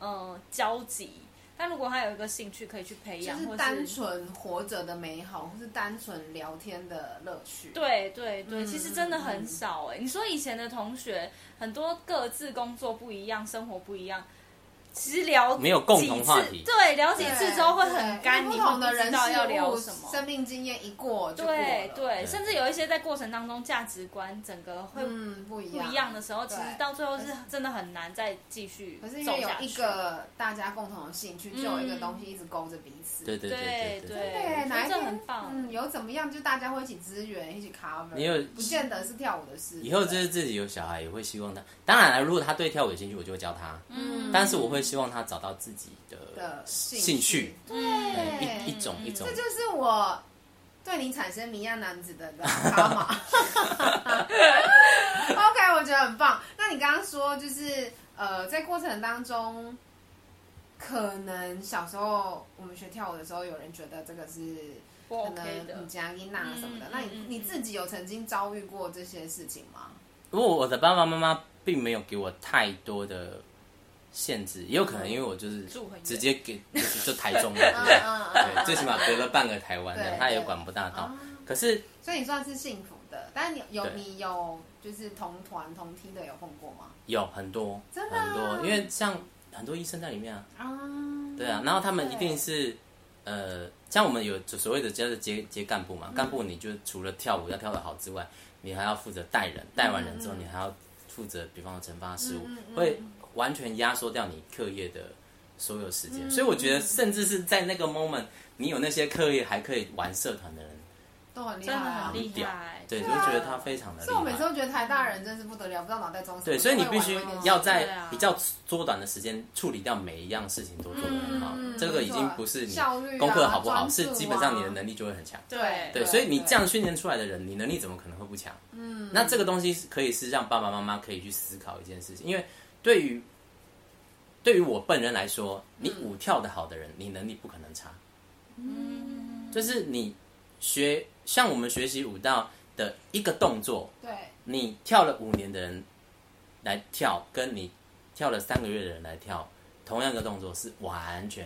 Speaker 2: 呃交集。但如果他有一个兴趣可以去培
Speaker 1: 就
Speaker 2: 养，
Speaker 1: 是
Speaker 2: 或
Speaker 1: 单
Speaker 2: 是
Speaker 1: 纯活着的美好，或是单纯聊天的乐趣。，
Speaker 2: 对对对，
Speaker 1: 嗯
Speaker 2: 其实真的很少哎、你说以前的同学，很多各自工作不一样，生活不一样，其实聊
Speaker 3: 没有共同话题
Speaker 2: 几次对，聊几
Speaker 1: 对
Speaker 2: 次之后会很干，
Speaker 1: 因为
Speaker 2: 你
Speaker 1: 不同的
Speaker 2: 会
Speaker 1: 人事
Speaker 2: 知道要聊
Speaker 1: 物、
Speaker 2: 什么。
Speaker 1: 生命经验一过就过
Speaker 2: 对
Speaker 1: 了
Speaker 2: 对，
Speaker 3: 对
Speaker 2: 甚至有一些在过程当中价值观整个会
Speaker 1: 嗯，不一
Speaker 2: 不
Speaker 1: 样，
Speaker 2: 一样的时候，其
Speaker 1: 对
Speaker 2: 实到最后是
Speaker 1: 可是
Speaker 2: 真的很难再继续
Speaker 1: 可是因
Speaker 2: 走
Speaker 1: 为有
Speaker 2: 下
Speaker 1: 一
Speaker 2: 去。
Speaker 1: 个大家共同的兴趣，就有一个
Speaker 2: 嗯
Speaker 1: 东西一直勾着彼此。
Speaker 3: 对对
Speaker 2: 对
Speaker 3: 对
Speaker 2: 我觉
Speaker 1: 对，
Speaker 2: 得
Speaker 1: 哪一
Speaker 2: 这
Speaker 1: 天
Speaker 2: 很棒
Speaker 1: 嗯，有怎么样就大家会一起支援，一起 cover。
Speaker 3: 你有
Speaker 1: 不见得是跳舞的事，
Speaker 3: 以后就是自己有小孩，也会希望他。当然了，如果他对跳舞有兴趣，我就会教他。
Speaker 1: 嗯
Speaker 3: 但是我会希望他找到自己的
Speaker 1: 的
Speaker 3: 兴趣
Speaker 1: 趣，，对，
Speaker 3: 对一一种一种
Speaker 1: 这。就是我对你产生迷样男子的妈妈。OK，我觉得很棒。那你刚刚说就是呃，在过程当中，可能小时候我们学跳舞的时候，有人觉得这个是
Speaker 2: 我
Speaker 1: 可
Speaker 2: OK 的
Speaker 1: 能你家伊娜什么的。
Speaker 2: 嗯
Speaker 1: 那你
Speaker 2: 嗯嗯
Speaker 1: 你自己有曾经遭遇过这些事情吗？
Speaker 3: 不过我的爸爸妈妈并没有给我太多的限制，也有可能因为我就是
Speaker 2: 住很远
Speaker 3: 直接给就是就台中嘛，
Speaker 1: 嗯
Speaker 3: 对
Speaker 1: 嗯
Speaker 3: 不对对，最起码隔了半个台湾的，
Speaker 1: 对哦
Speaker 3: 他也管不大到。可是
Speaker 1: 所以你算是幸福的。但你有
Speaker 3: 对
Speaker 1: 你有就是同团同梯的有碰过吗？
Speaker 3: 有很多
Speaker 1: 真的啊
Speaker 3: 很多，因为像很多医生在里面啊，
Speaker 1: 啊，
Speaker 3: 对啊，然后他们一定是呃，像我们有所谓的叫做接接干部嘛，
Speaker 1: 嗯
Speaker 3: 干部你就除了跳舞要跳得好之外，你还要负责带人，带完人之后你还要负责，比方说惩罚事务
Speaker 1: 嗯嗯嗯，嗯
Speaker 3: 会完全压缩掉你课业的所有时
Speaker 1: 嗯
Speaker 3: 间，所以我觉得甚至是在那个 moment，你有那些课业还可以玩社团的人，
Speaker 1: 都很厉害
Speaker 2: 真的
Speaker 1: 啊
Speaker 2: 很。厉
Speaker 3: 屌
Speaker 2: 害，
Speaker 3: 对，就
Speaker 1: 对啊
Speaker 3: 觉得他非常的厉
Speaker 1: 所以我每次
Speaker 3: 害。
Speaker 1: 都觉得台大人真是不得了，不知道脑袋装什么。
Speaker 3: 对，所以你必须要
Speaker 2: 对
Speaker 3: 在
Speaker 2: 啊
Speaker 3: 比较缩短的时间处理掉每一样事情，都做得很好。
Speaker 1: 嗯嗯嗯
Speaker 3: 这个
Speaker 1: 没
Speaker 3: 已
Speaker 1: 错
Speaker 3: 经不是你
Speaker 1: 效率啊
Speaker 3: 功课好不好，
Speaker 1: 专注
Speaker 3: 是
Speaker 1: 啊
Speaker 3: 基本上你的能力就会很强。
Speaker 2: 对
Speaker 3: 对，
Speaker 1: 对
Speaker 3: 所以你
Speaker 1: 对
Speaker 3: 这样训练出来的人，你能力怎么可能会不强？嗯，那这个东西是可以是让爸爸妈妈可以去思考一件事情，因为对于对于我本人来说，你
Speaker 1: 嗯
Speaker 3: 舞跳得好的人，你能力不可能差。嗯，就是你学像我们学习舞蹈的一个动作，
Speaker 1: 对
Speaker 3: 你跳了五年的人来跳，跟你跳了三个月的人来跳，同样一个动作是完全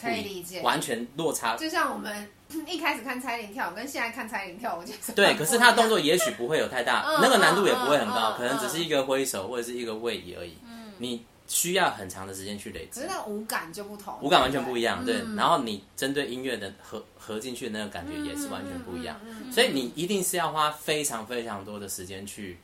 Speaker 1: 可以理解。
Speaker 3: 完全落差
Speaker 1: 就像我们 一开始看蔡琳跳舞，跟现在看蔡琳跳舞，我觉得
Speaker 3: 对，可是他的动作也许不会有太大，
Speaker 1: 嗯
Speaker 3: 那个难度也不会很
Speaker 1: 嗯
Speaker 3: 高，
Speaker 1: 嗯嗯
Speaker 3: 可能只是一个挥手或者是一个位移而已。你需要很长的时间去累
Speaker 1: 可
Speaker 3: 积
Speaker 1: 是，那五感就不同，
Speaker 3: 五感完全不一样。对，
Speaker 1: 嗯
Speaker 3: 然后你针对音乐的合合进去的那个感觉也是完全不一样，
Speaker 1: 嗯嗯嗯
Speaker 3: 所以你一定是要花非常非常多的时间去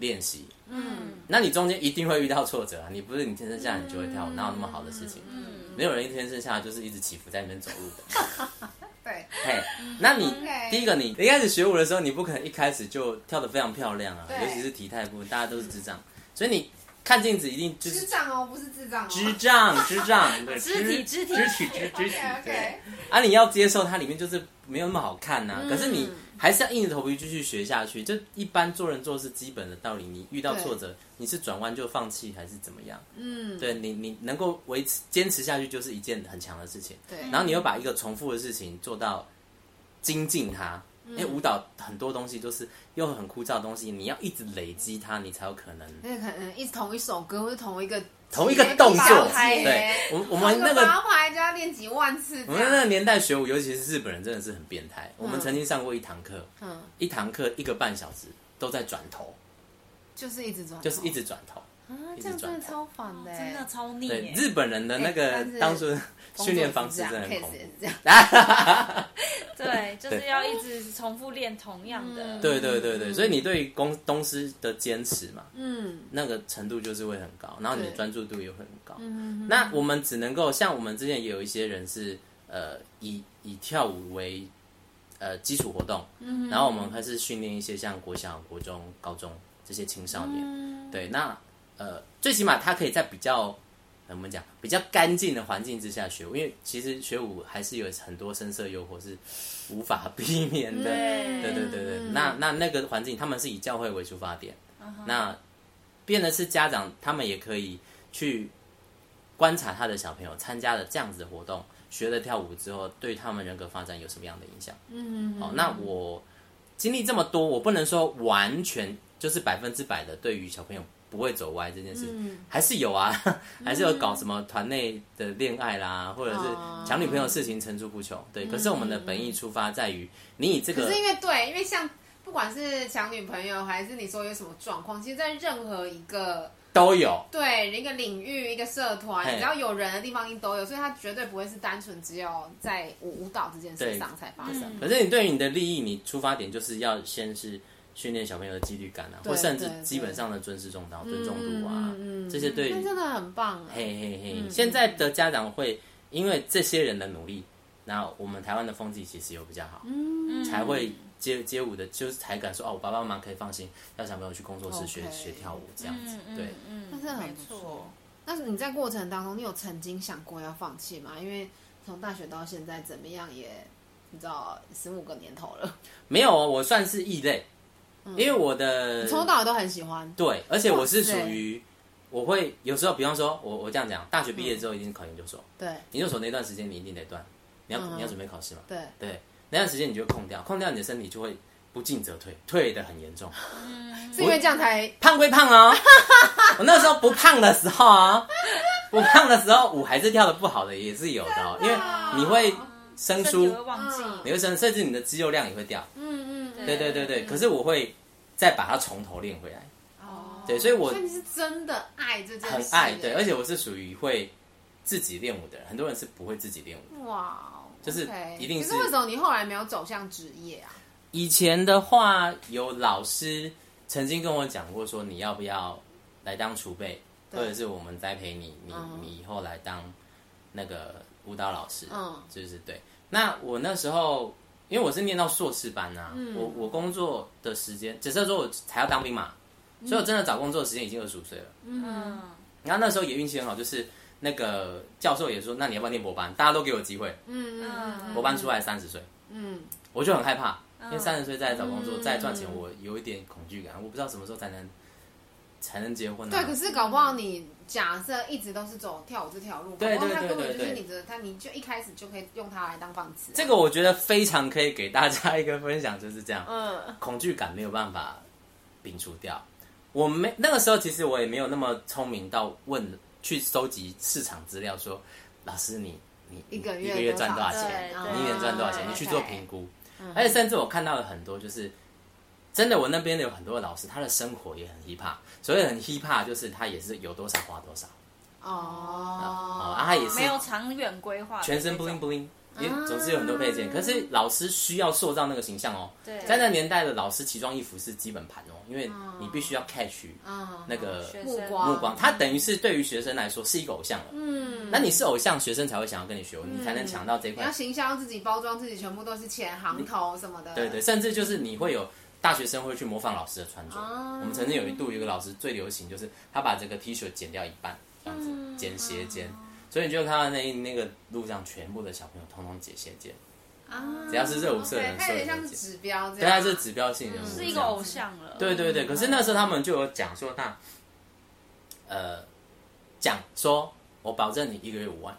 Speaker 3: 练习。
Speaker 1: 嗯
Speaker 3: 那你中间一定会遇到挫折啊！你不是你天生下来你就会跳舞，哪有那么好的事情？
Speaker 2: 嗯
Speaker 3: 没有人一天生下来就是一直起伏在那边走路的。
Speaker 1: 对，
Speaker 3: 嘿，那你
Speaker 1: OK
Speaker 3: 第一个你一开始学舞的时候，你不可能一开始就跳得非常漂亮啊，
Speaker 1: 对
Speaker 3: 尤其是体态部，大家都是智障，所以你看镜子一定就
Speaker 1: 智
Speaker 3: 是
Speaker 1: 障哦，不是智障哦。
Speaker 3: 智障，智障， 对，
Speaker 2: 肢体肢体
Speaker 3: 肢体，肢肢体
Speaker 1: OK，
Speaker 3: 对
Speaker 1: OK，
Speaker 3: 啊，你要接受它里面就是没有那么好看呐、
Speaker 1: 嗯
Speaker 3: 可是你还是要硬着头皮继续学下去。就一般做人做事基本的道理，你遇到挫折，你是转弯就放弃还是怎么样？
Speaker 1: 嗯，
Speaker 3: 对你，你能够维持坚持下去，就是一件很强的事情。
Speaker 1: 对
Speaker 3: 然后你又把一个重复的事情做到精进它，
Speaker 1: 嗯
Speaker 3: 因为舞蹈很多东西都是又很枯燥的东西，你要一直累积它，你才有可能
Speaker 1: 那可能一同一首歌或者同一个
Speaker 3: 同一个动作
Speaker 1: 节。拍
Speaker 3: 对，我
Speaker 1: 我
Speaker 3: 我们那个
Speaker 1: 八拍就要练几万次
Speaker 3: 我
Speaker 1: 这
Speaker 3: 们那个
Speaker 1: 样，
Speaker 3: 年代学舞，尤其是日本人，真的是很变态。我们曾经上过一堂课，
Speaker 1: 嗯，
Speaker 3: 一堂课一个半小时都在转头，
Speaker 1: 就是一直转，
Speaker 3: 就是一直转头。
Speaker 1: 啊，
Speaker 3: 一
Speaker 1: 这
Speaker 3: 直
Speaker 1: 样
Speaker 3: 转
Speaker 1: 真的超烦的，
Speaker 2: 真的超腻
Speaker 3: 对，
Speaker 2: 耶，
Speaker 3: 日本人的那
Speaker 1: 哎
Speaker 3: 个
Speaker 1: 但是
Speaker 3: 当初的
Speaker 1: 工作
Speaker 3: 训练方式
Speaker 1: 是
Speaker 3: 真的
Speaker 1: 这
Speaker 3: 很
Speaker 1: 样
Speaker 3: 恐
Speaker 1: ，case 也
Speaker 3: 怖
Speaker 1: 是。这样，
Speaker 2: 对，就是
Speaker 3: 对
Speaker 2: 要一直重复练同样
Speaker 1: 嗯
Speaker 2: 的，
Speaker 3: 对对对对，所以你对公东师的坚持嘛，
Speaker 1: 嗯
Speaker 3: 那个程度就是会很高，然后你的
Speaker 1: 对
Speaker 3: 专注度也会很高。
Speaker 1: 嗯
Speaker 3: 那我们只能够像我们之前也有一些人是呃以以跳舞为呃基础活动，
Speaker 1: 嗯
Speaker 3: 然后我们开始训练一些像国小、国中、高中这些青少年。
Speaker 1: 嗯
Speaker 3: 对，那呃最起码他可以在比较。呃我们讲比较干净的环境之下学舞，因为其实学舞还是有很多深色诱惑是无法避免的。
Speaker 2: 对
Speaker 3: 对对对对，
Speaker 1: 嗯
Speaker 3: 那那那个环境，他们是以教会为出发点，那变的是家长，他们也可以去观察他的小朋友参加了这样子的活动，学了跳舞之后，对他们人格发展有什么样的影响？
Speaker 1: 嗯，
Speaker 3: 好，那我经历这么多，我不能说完全就是百分之百的对于小朋友不会走歪这件事，
Speaker 1: 嗯
Speaker 3: 还是有啊， 还是有搞什么团内的恋爱啦，或者是
Speaker 1: 哦嗯
Speaker 3: 抢女朋友的事情层出不穷。对，可是我们的本意出发在于你以这个
Speaker 1: 可是因为对，因为像不管是抢女朋友，还是你说有什么状况，其实，在任何一个
Speaker 3: 都有。
Speaker 1: 对一个领域、一个社团，
Speaker 3: 嘿
Speaker 1: 只要有人的地方，你都有，所以它绝对不会是单纯只有在舞舞蹈这件事上才发生。
Speaker 2: 嗯
Speaker 3: 可是你对于你的利益，你出发点就是要先是训练小朋友的纪律感啊，
Speaker 1: 对
Speaker 3: 或甚至
Speaker 1: 对对
Speaker 3: 基本上的尊师重道、尊重
Speaker 1: 嗯
Speaker 3: 度啊，
Speaker 1: 嗯嗯
Speaker 3: 这些对
Speaker 1: 那真的很棒哎、
Speaker 3: 嘿嘿嘿。现在的家长会因为这些人的努力，那我们台湾的风气其实有比较好，
Speaker 2: 嗯
Speaker 3: 才会街街舞的，就是才敢说哦，我爸爸妈妈可以放心让小朋友去工作室
Speaker 1: OK
Speaker 3: 学学跳舞这样子
Speaker 2: 嗯，嗯
Speaker 3: 对。
Speaker 2: 嗯，
Speaker 1: 但是很
Speaker 2: 没
Speaker 1: 不
Speaker 2: 错
Speaker 1: 错，但是你在过程当中，你有曾经想过要放弃吗？因为从大学到现在，怎么样也你知道十五个年头了，
Speaker 3: 没有哦，我算是异类，因为我的
Speaker 1: 嗯从头到尾都很喜欢。
Speaker 3: 对，而且我是属
Speaker 1: 哇塞
Speaker 3: 于我会有时候，比方说我我这样讲，大
Speaker 1: 嗯
Speaker 3: 学毕业之后一定是考研究所。
Speaker 1: 对
Speaker 3: 研究所那段时间你一定得断，你要、
Speaker 1: 嗯
Speaker 3: 你要准备考试嘛。
Speaker 1: 对，
Speaker 3: 对，那段时间你就会空掉，空掉你的身体就会不进则退，退的很严重。
Speaker 1: 嗯是因为这样才
Speaker 3: 胖归胖哦， 我那时候不胖的时候啊，不胖的时候舞还是跳的不好的也是有的、哦，因为
Speaker 1: 啊
Speaker 3: 你会生
Speaker 2: 身体
Speaker 3: 疏
Speaker 2: 会，忘记，
Speaker 1: 嗯
Speaker 3: 你会生，甚至你的肌肉量也会掉。
Speaker 1: 嗯嗯
Speaker 3: 对对对对，可是我会再把它从头练回来，
Speaker 1: 哦
Speaker 3: 对所以我
Speaker 1: 所以你是真的爱这件
Speaker 3: 很
Speaker 1: 事，
Speaker 3: 爱对，而且我是属于会自己练舞的人，很多人是不会自己练舞的。
Speaker 1: 哇，
Speaker 3: 就是一定
Speaker 1: 是。
Speaker 3: 是
Speaker 1: 可为什么你后来没有走向职业啊？
Speaker 3: 以前的话，有老师曾经跟我讲过说，你要不要来当储备，
Speaker 1: 对
Speaker 3: 或者是我们栽培你，你、
Speaker 1: 嗯
Speaker 3: 你以后来当那个舞蹈老师，
Speaker 1: 嗯
Speaker 3: 就是对。那我那时候，因为我是念到硕士班啊，
Speaker 1: 嗯
Speaker 3: 我我工作的时间，只是说我才要当兵嘛，所以我真的找工作的时间已经二十五岁了。
Speaker 1: 嗯，
Speaker 2: 嗯，
Speaker 3: 然后那时候也运气很好，就是那个教授也说，那你要不要念博班？大家都给我机会，
Speaker 1: 嗯嗯，
Speaker 3: 博班出来三十岁，
Speaker 1: 嗯，
Speaker 3: 我就很害怕，因为三十岁再找工作、
Speaker 1: 哦嗯
Speaker 3: 再赚钱，我有一点恐惧感，我不知道什么时候才能才能结婚、啊。
Speaker 1: 对，可是搞不好你假设一直都是走跳舞这条路，
Speaker 3: 对
Speaker 1: 搞不
Speaker 3: 对
Speaker 1: 好他
Speaker 3: 对
Speaker 1: 根本
Speaker 3: 对
Speaker 1: 就是
Speaker 3: 对
Speaker 1: 你的，他你就一开始就可以用它来当棒子啊。
Speaker 3: 这个我觉得非常可以给大家一个分享，就是这样，
Speaker 1: 嗯
Speaker 3: 恐惧感没有办法摒除掉。我没那个时候，其实我也没有那么聪明到问去收集市场资料说，老师你你
Speaker 1: 一个
Speaker 3: 你
Speaker 1: 月
Speaker 3: 一个月赚多少
Speaker 2: 多少
Speaker 3: 钱
Speaker 2: 对，
Speaker 3: 你一年赚多少钱，
Speaker 2: 对
Speaker 3: 你去
Speaker 1: 对
Speaker 3: 做评估。
Speaker 2: 嗯
Speaker 3: 而且甚至我看到了很多，就是真的，我那边的有很多的老师，他的生活也很 hip hop，所谓很 hip hop 就是他也是有多少花多少，
Speaker 2: 啊
Speaker 1: 哦
Speaker 3: 哦啊他也是
Speaker 2: 没有长远规划的那种，啊
Speaker 3: 全身 bling bling，也总是有很多配件。可是老师需要塑造那个形象哦，
Speaker 2: 对，
Speaker 3: 在那年代的老师奇装异服是基本盘哦，因为你必须要 catch
Speaker 1: 嗯
Speaker 3: 那个
Speaker 2: 学
Speaker 1: 目
Speaker 2: 生
Speaker 1: 光
Speaker 3: 目光，他等于是对于学生来说是一个偶像了。
Speaker 1: 嗯，
Speaker 3: 那你是偶像，学生才会想要跟你学，你
Speaker 2: 嗯
Speaker 3: 才能抢到这一
Speaker 1: 你要
Speaker 3: 块。
Speaker 1: 行销自己，包装自己，全部都是钱、行头什么的。
Speaker 2: 嗯
Speaker 3: 对对，甚至就是你会有大学生会去模仿老师的穿着。
Speaker 1: 哦
Speaker 3: 我们曾经有一度有一个老师最流行，就是他把整个 T 恤剪掉一半，这样子
Speaker 2: 嗯
Speaker 3: 剪斜肩，
Speaker 2: 哦
Speaker 3: 所以你就看到那一那个路上全部的小朋友通通解斜肩，
Speaker 1: 啊
Speaker 3: 只要是热舞社的
Speaker 1: 对，
Speaker 3: 人，
Speaker 1: 它
Speaker 3: 所
Speaker 1: 有
Speaker 3: 有
Speaker 1: 点
Speaker 3: 人
Speaker 1: 像
Speaker 3: 都
Speaker 1: 是
Speaker 3: 解。
Speaker 1: 指标这样，
Speaker 3: 对，他是指标性人物，
Speaker 2: 啊嗯是一
Speaker 3: 这
Speaker 2: 个
Speaker 3: 样
Speaker 2: 偶像了，
Speaker 3: 对对对，可是那时候他们就有讲说，那呃，讲说我保证你一个月五万，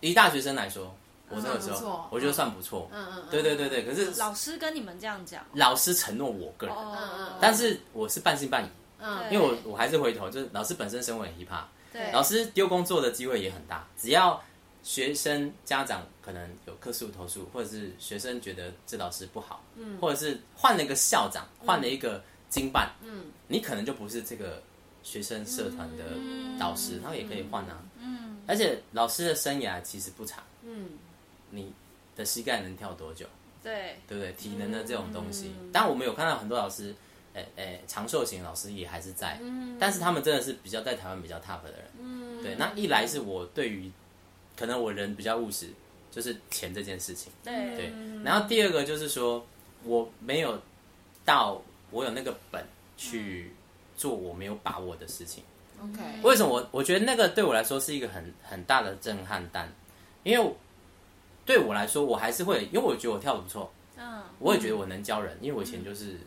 Speaker 3: 以大学生来说，我那个时
Speaker 1: 算
Speaker 2: 嗯
Speaker 1: 不错
Speaker 3: 候我觉得算不错。
Speaker 1: 嗯嗯，嗯
Speaker 3: 对对对，对，可是
Speaker 2: 老师跟你们这样讲，
Speaker 3: 老师承诺我个人，
Speaker 2: 哦，
Speaker 3: 但是我是半信半疑，
Speaker 1: 嗯，
Speaker 3: 因为我我还是回头，就是老师本身身为很 hip hop，
Speaker 2: 对
Speaker 3: 老师丢工作的机会也很大，只要学生家长可能有客诉投诉，或者是学生觉得这老师不好，嗯，或者是换了一个校长，换了一个经办，嗯，你可能就不是这个学生社团的导师，他也可以换啊，嗯，而且老师的生涯其实不长，
Speaker 1: 嗯，
Speaker 3: 你的膝盖能跳多久？
Speaker 2: 对
Speaker 3: 对不对？体能的这种东西，但我们有看到很多老师，诶、诶、长寿型老师也还是在，但是他们真的是比较在台湾比较 top 的人，对。那一来是我对于，可能我人比较务实，就是钱这件事情，
Speaker 2: 对
Speaker 3: 对。然后第二个就是说，我没有到我有那个本去做我没有把握的事情。
Speaker 1: ，OK，
Speaker 3: 为什么我我觉得那个对我来说是一个很很大的震撼弹，因为对我来说我还是会，因为我觉得我跳的不错，
Speaker 2: 嗯
Speaker 3: 我也觉得我能教人，因为我以
Speaker 1: 嗯
Speaker 3: 前就是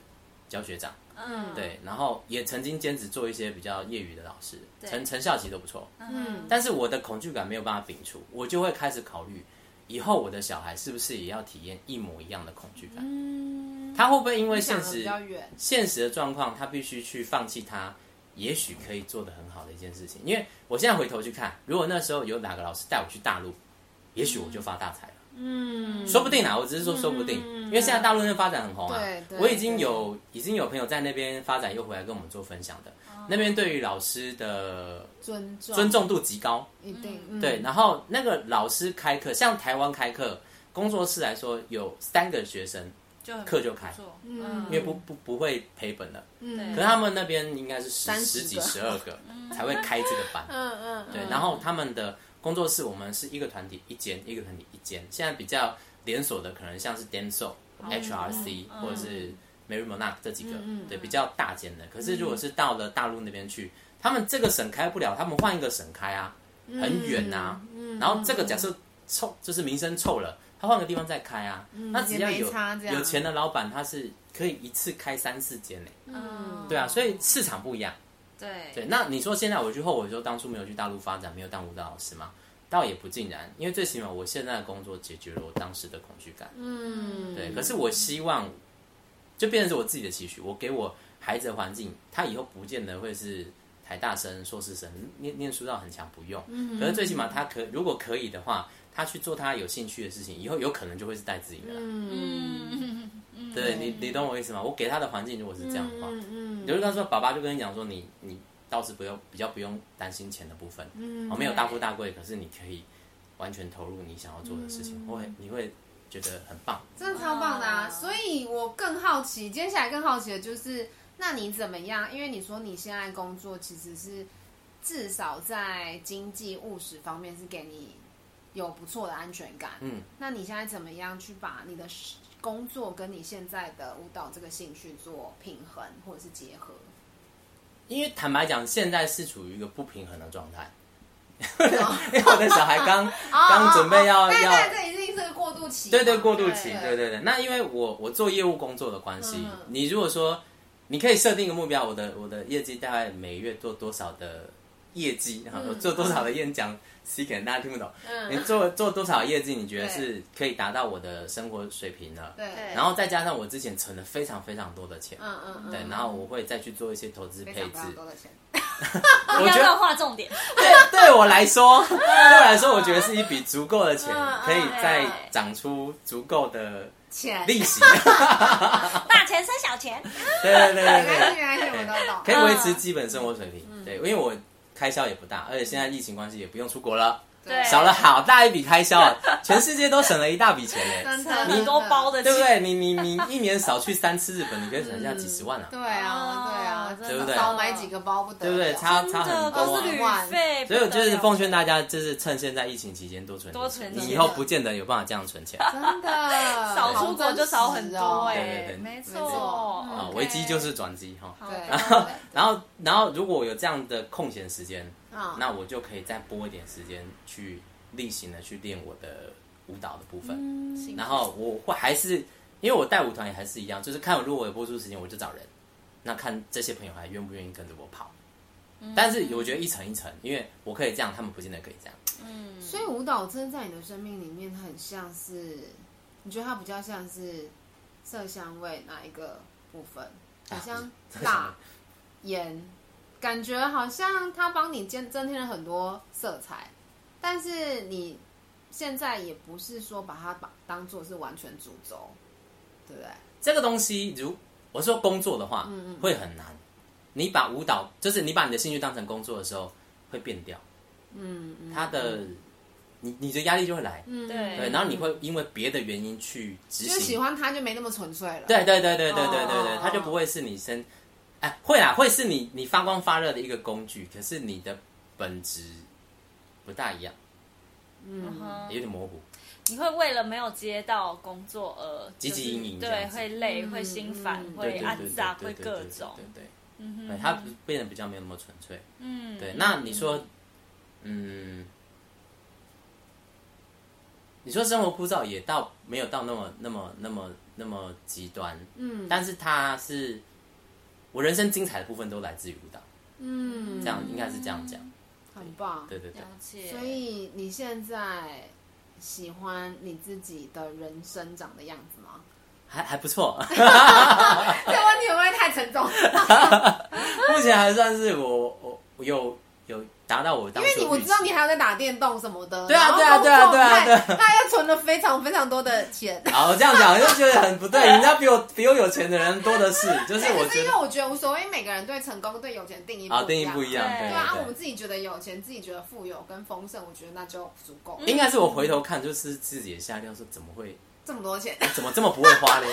Speaker 3: 教学长，
Speaker 2: 嗯
Speaker 3: 对，然后也曾经兼职做一些比较业余的老师，
Speaker 2: 对
Speaker 3: 成成效级都不错。
Speaker 1: 嗯
Speaker 3: 但是我的恐惧感没有办法摒除，我就会开始考虑，以后我的小孩是不是也要体验一模一样的恐惧感？他会不会因为现
Speaker 1: 嗯想的比
Speaker 3: 实
Speaker 1: 较远，
Speaker 3: 现实的状况，他必须去放弃他也许可以做得很好的一件事情？因为我现在回头去看，如果那时候有哪个老师带我去大陆，也许我就发大财了。
Speaker 1: 嗯，
Speaker 3: 说不定啊，我只是说说不定，因为现在大陆那边发展很红啊
Speaker 1: 对对。
Speaker 3: 我已经有已经有朋友在那边发展，又回来跟我们做分享的。
Speaker 1: 哦
Speaker 3: 那边对于老师的
Speaker 1: 尊重，
Speaker 3: 尊重度极高，
Speaker 1: 一定，嗯
Speaker 3: 对。，然后那个老师开课，像台湾开课工作室来说，有三个学生，
Speaker 2: 就很
Speaker 3: 课就开
Speaker 2: 不错
Speaker 1: 嗯
Speaker 3: 因为不不不会赔本的。
Speaker 1: 嗯
Speaker 3: 可是他们那边应该是十
Speaker 1: 30
Speaker 3: 十几、
Speaker 1: 个
Speaker 3: 十二个才会开这个 班。
Speaker 1: 嗯嗯，
Speaker 3: 对，
Speaker 1: 嗯
Speaker 3: 然后他们的工作室，我们是一个团体一间，一个团体一间。现在比较连锁的，可能像是 Denso、HRC、或者
Speaker 1: 嗯
Speaker 3: 是 Mary Monac 这几个，对，比较大间的。可是如果是到了大陆那边去，他们这个省开不了，他们换一个省开啊，
Speaker 1: 嗯
Speaker 3: 很远呐、然后这个假设臭，就是名声臭了，他换个地方再开啊。那只要
Speaker 1: 嗯也没
Speaker 3: 有
Speaker 1: 差这样
Speaker 3: 有钱的老板，他是可以一次开三四间呢、
Speaker 1: 嗯
Speaker 3: 对啊，所以市场不一样。
Speaker 2: 对
Speaker 3: 对，那你说现在我去后悔说当初没有去大陆发展，没有当舞蹈老师吗？倒也不尽然，因为最起码我现在的工作解决了我当时的恐惧感。
Speaker 1: 嗯，
Speaker 3: 对，可是我希望就变成是我自己的期许，我给我孩子的环境，他以后不见得会是台大生、硕士生，念念书到很强不用。可是最起码他可如果可以的话，他去做他有兴趣的事情，以后有可能就会是带自己的啦。
Speaker 2: 嗯嗯，
Speaker 3: 对你，你懂我意思吗？我给他的环境如果是这样的话，
Speaker 1: 嗯
Speaker 3: 刘就刚说，爸爸就跟你讲说你，你倒是不用比较不用担心钱的部分，
Speaker 1: 嗯
Speaker 3: 哦，没有大富大贵，可是你可以完全投入你想要做的事
Speaker 1: 嗯
Speaker 3: 情，会你会觉得很棒。
Speaker 1: 真的超棒的啊！
Speaker 2: 哇
Speaker 1: 所以我更好奇，接下来更好奇的就是，那你怎么样？因为你说你现在工作其实是至少在经济务实方面是给你有不错的安全感。
Speaker 3: 嗯，
Speaker 1: 那你现在怎么样去把你的事工作跟你现在的舞蹈这个兴趣做平衡或者是结 合？
Speaker 3: 因为坦白讲，现在是处于一个不平衡的状态， 因为我的小孩刚刚准备要
Speaker 1: 哦哦哦哦对
Speaker 3: 要
Speaker 1: 对，这一定是个过渡期嘛，
Speaker 3: 对对，过渡期，
Speaker 1: 对
Speaker 3: 对对对。那因为我我做业务工作的关系，
Speaker 1: 嗯
Speaker 3: 你如果说你可以设定一个目标，我的我的业绩大概每月做多少的业绩，然后我做多少的演讲，C 可能大家听不懂。
Speaker 1: 嗯
Speaker 3: 你做做多少业绩，你觉得
Speaker 1: 对
Speaker 3: 是可以达到我的生活水平了？
Speaker 1: 对，
Speaker 2: 对
Speaker 3: 然后再加上我之前存了非常非常多的钱，
Speaker 1: 嗯嗯嗯，
Speaker 3: 对，然后我会再去做一些投资
Speaker 1: 非
Speaker 3: 配
Speaker 1: 常非
Speaker 3: 置。
Speaker 1: 常多的钱，
Speaker 2: 不
Speaker 3: 我
Speaker 2: 要
Speaker 3: 觉
Speaker 2: 乱
Speaker 3: 得
Speaker 2: 画重点。
Speaker 3: 对对我 来说，对我来说，我觉得是一笔足够的钱
Speaker 1: 嗯，
Speaker 3: 可以
Speaker 1: 嗯
Speaker 3: 再
Speaker 2: 嗯
Speaker 3: 长出足够的
Speaker 1: 钱，
Speaker 3: 利 息。
Speaker 2: 大钱生小钱，
Speaker 3: 对对对
Speaker 1: 没
Speaker 3: 对
Speaker 1: 关系
Speaker 3: 对
Speaker 1: 没。关系，我们都懂。
Speaker 3: 可以维持基本生活水平。对，因为我开销也不大，而且现在疫情关系也不用出国了，
Speaker 2: 对
Speaker 3: 少了好大一笔开销啊，全世界都省了一大笔钱嘞，
Speaker 1: 真的
Speaker 2: 很多包的
Speaker 3: 对
Speaker 2: 钱，
Speaker 3: 不对？你你你一年少去三次日本，你可以省下几十万啊，
Speaker 1: 对啊，对啊，
Speaker 2: 对
Speaker 3: 不对
Speaker 1: 少买几个包不得了，
Speaker 3: 对不对？差
Speaker 2: 真
Speaker 3: 差
Speaker 2: 的
Speaker 3: 很
Speaker 2: 光
Speaker 3: 多
Speaker 2: 是
Speaker 3: 啊。
Speaker 2: 旅费，
Speaker 3: 所以我就是奉
Speaker 2: 劝
Speaker 3: 劝大家，就是趁现在疫情期间多存
Speaker 2: 多存
Speaker 3: 你
Speaker 1: 钱
Speaker 3: 以后不见得有办法这样存钱啊。
Speaker 1: 真的
Speaker 2: 少出国就少很多
Speaker 1: 好真实哦
Speaker 3: 对对
Speaker 2: 哎
Speaker 3: 对，
Speaker 2: 没
Speaker 1: 没错
Speaker 2: 错
Speaker 1: 嗯，
Speaker 3: 啊危机就是转机哈。
Speaker 2: 好
Speaker 1: 对
Speaker 2: 的，
Speaker 3: 然后然后如果有这样的空闲时间，
Speaker 1: 啊，
Speaker 3: 那我就可以再拨一点时间去例行的去练我的舞蹈的部分。
Speaker 2: 嗯
Speaker 3: 然后我会还是因为我带舞团也还是一样，就是看我如果有播出时间，我就找人，那看这些朋友还愿不愿意跟着我跑。
Speaker 1: 嗯
Speaker 3: 但是我觉得一层一层，因为我可以这样，他们不见得可以这样。
Speaker 2: 嗯，
Speaker 1: 所以舞蹈真的在你的生命里面很像是，你觉得它比较像是色香味哪一个部分？好
Speaker 3: 啊
Speaker 1: 像辣盐，感觉好像它帮你增增添了很多色彩，但是你现在也不是说把它把当做是完全主轴，对不对？
Speaker 3: 这个东西，如我说工作的话，
Speaker 1: 嗯
Speaker 3: 会很难。你把舞蹈，就是你把你的兴趣当成工作的时候，会变掉。
Speaker 1: 嗯，嗯
Speaker 3: 他的，你你的压力就会来。
Speaker 1: 嗯
Speaker 2: 对
Speaker 3: 对，然后你会因为别的原因去执
Speaker 1: 就喜
Speaker 3: 行。
Speaker 1: 欢它就没那么纯粹了。
Speaker 3: 对对对对对对对
Speaker 1: 哦
Speaker 3: 对，它就不会是你身，哎，会啦，会是你你发光发热的一个工具，可是你的本质不大一样，
Speaker 2: 嗯
Speaker 1: 嗯，
Speaker 2: 哼
Speaker 3: 有点模糊。
Speaker 2: 你会为了没有接到工作而
Speaker 3: 汲汲营营
Speaker 2: 就是
Speaker 3: 这
Speaker 2: 对，
Speaker 3: 样子
Speaker 2: 会累，
Speaker 1: 嗯
Speaker 2: 会心烦
Speaker 1: 嗯，
Speaker 3: 对
Speaker 2: 会
Speaker 3: 对
Speaker 2: 阿
Speaker 3: 对对
Speaker 2: 杂，
Speaker 3: 对
Speaker 2: 会
Speaker 3: 对
Speaker 2: 各
Speaker 3: 对对
Speaker 2: 种，
Speaker 3: 对对，
Speaker 2: 嗯哼
Speaker 3: 对，它变得比较没有那么纯粹。
Speaker 2: 嗯，
Speaker 3: 对，那你说，嗯，你说生活枯燥也到没有到那么那么那么那么极端，
Speaker 1: 嗯
Speaker 3: 但是它是我人生精彩的部分都来自于舞蹈，
Speaker 1: 嗯，
Speaker 3: 这样应该是这样讲，
Speaker 1: 很棒。
Speaker 3: 对对对
Speaker 2: 了。解，
Speaker 1: 所以你现在喜欢你自己的人生长的样子吗？
Speaker 3: 还还不错，
Speaker 1: 这问题会不会太沉重？
Speaker 3: 目前还算是我我我有有达到我当
Speaker 1: 因
Speaker 3: 初
Speaker 1: 为你我
Speaker 3: 预期
Speaker 1: 知道你还有在打电动什么的，
Speaker 3: 对啊
Speaker 1: 然后
Speaker 3: 对啊对啊
Speaker 1: 工作
Speaker 3: 对啊对啊
Speaker 1: 他 他又存了非常非常多的 钱。
Speaker 3: 好，我这样讲我就觉得很 不对，人家比我比我有钱的人多的是，就是
Speaker 1: 对
Speaker 3: 我
Speaker 1: 可是
Speaker 3: 觉
Speaker 1: 因
Speaker 3: 得
Speaker 1: 为我觉得无所谓，每个人对成功、对有钱定义
Speaker 3: 啊定义不一样，
Speaker 2: 对
Speaker 3: 对
Speaker 1: 对啊，
Speaker 3: 对
Speaker 1: 我们自己觉得有钱，自己觉得富有跟丰盛，我觉得那就足够。
Speaker 3: 应该是我回头看，就是自己也吓掉，说怎么会，
Speaker 1: 这么多钱，
Speaker 3: 怎么这么不会花呢？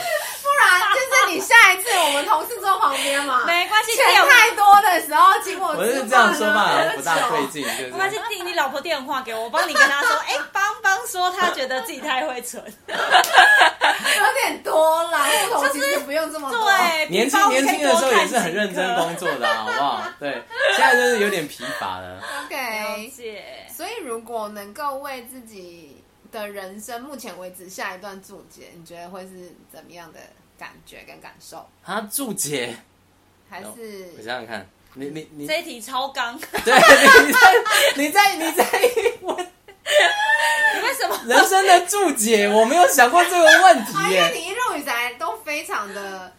Speaker 1: 不然就是你下一次我们同事坐旁边嘛，
Speaker 2: 没关系，
Speaker 1: 钱
Speaker 2: 电
Speaker 1: 太多的时候，请我
Speaker 3: 我
Speaker 1: 吃
Speaker 3: 是这样
Speaker 1: 饭
Speaker 3: 说
Speaker 1: 啊
Speaker 3: 吧，
Speaker 1: 喝
Speaker 3: 不大
Speaker 1: 酒
Speaker 3: 对劲，就是
Speaker 2: 没关系，听你老婆电话给我，我帮你跟她说，哎、邦邦说她觉得自己太会存，
Speaker 1: 有点多啦，不同其实不用这么多。
Speaker 2: 对，
Speaker 3: 年轻
Speaker 2: 比方
Speaker 3: 年轻的时候也是很认真
Speaker 2: 我可以多看
Speaker 3: 工作的啊，好不好？对，现在就是有点疲乏了。
Speaker 2: 几个了
Speaker 1: OK，
Speaker 2: 解，
Speaker 1: 所以如果能够为自己的人生目前为止下一段注解，你觉得会是怎么样的感觉跟感受？
Speaker 3: 啊，注解，哦
Speaker 1: 还
Speaker 3: 我
Speaker 1: 是
Speaker 3: 想想看，你你 你，
Speaker 2: 这一题超纲，
Speaker 3: 对，你在你在你在问，人生的注解，我没有想过这个问题
Speaker 1: 啊，因为
Speaker 3: 耶。
Speaker 1: 你一路以来都非常的，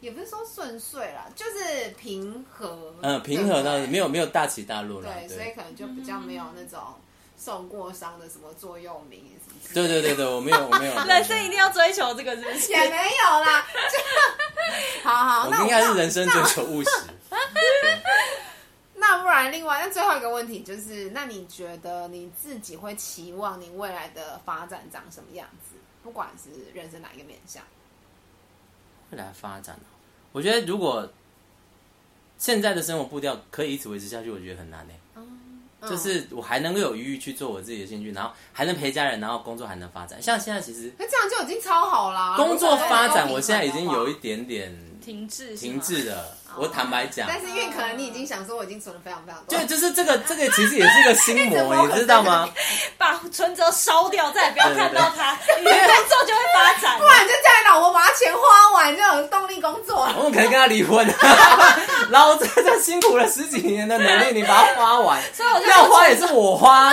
Speaker 1: 也不是说顺遂啦，就是平和。
Speaker 3: 嗯，平和
Speaker 1: 对
Speaker 3: 到
Speaker 1: 不对
Speaker 3: 没有没有大起大落啦
Speaker 1: 对，，所以
Speaker 3: 对，
Speaker 1: 可能就比较没有那种受过伤的什么座右铭什么之类
Speaker 3: 对对对对，我没有我 没有，
Speaker 2: 人生一定要追求这个，是不
Speaker 1: 的，？
Speaker 2: 是
Speaker 1: 也没有啦。就 好好，
Speaker 3: 嗯我
Speaker 1: 那
Speaker 3: 们应该是
Speaker 1: 那
Speaker 3: 人生追 求务实。
Speaker 1: 那不然另外那最后一个问题就是，那你觉得你自己会期望你未来的发展长什么样子？不管是人生哪一个面向，
Speaker 3: 未来发展哦我觉得如果现在的生活步调可以一直维持下去，我觉得很难呢、
Speaker 1: 嗯
Speaker 3: 就是我还能够有余裕去做我自己的兴趣，然后还能陪家人，然后工作还能发展。像现在其实
Speaker 1: 可这样就已经超好啦。
Speaker 3: 工作发展，
Speaker 1: 如果
Speaker 3: 我现在已经有一点点
Speaker 2: 停滞，
Speaker 3: 停。滞了。我坦白讲，
Speaker 1: 哦但是因为可能你已经想说，我已经存了非常非常多，
Speaker 3: 就就是这个这个其实也是个心 魔，你知道吗？
Speaker 2: 把存折烧掉，再也不要看到它，你的工作就会发展
Speaker 1: 不。然就叫你老婆把她钱花完，就有动力工作。
Speaker 3: 我们可能跟他离婚，啊 然后这这辛苦了十几年的努力，你把它花完，
Speaker 2: 所以我就
Speaker 3: 要花也是我花。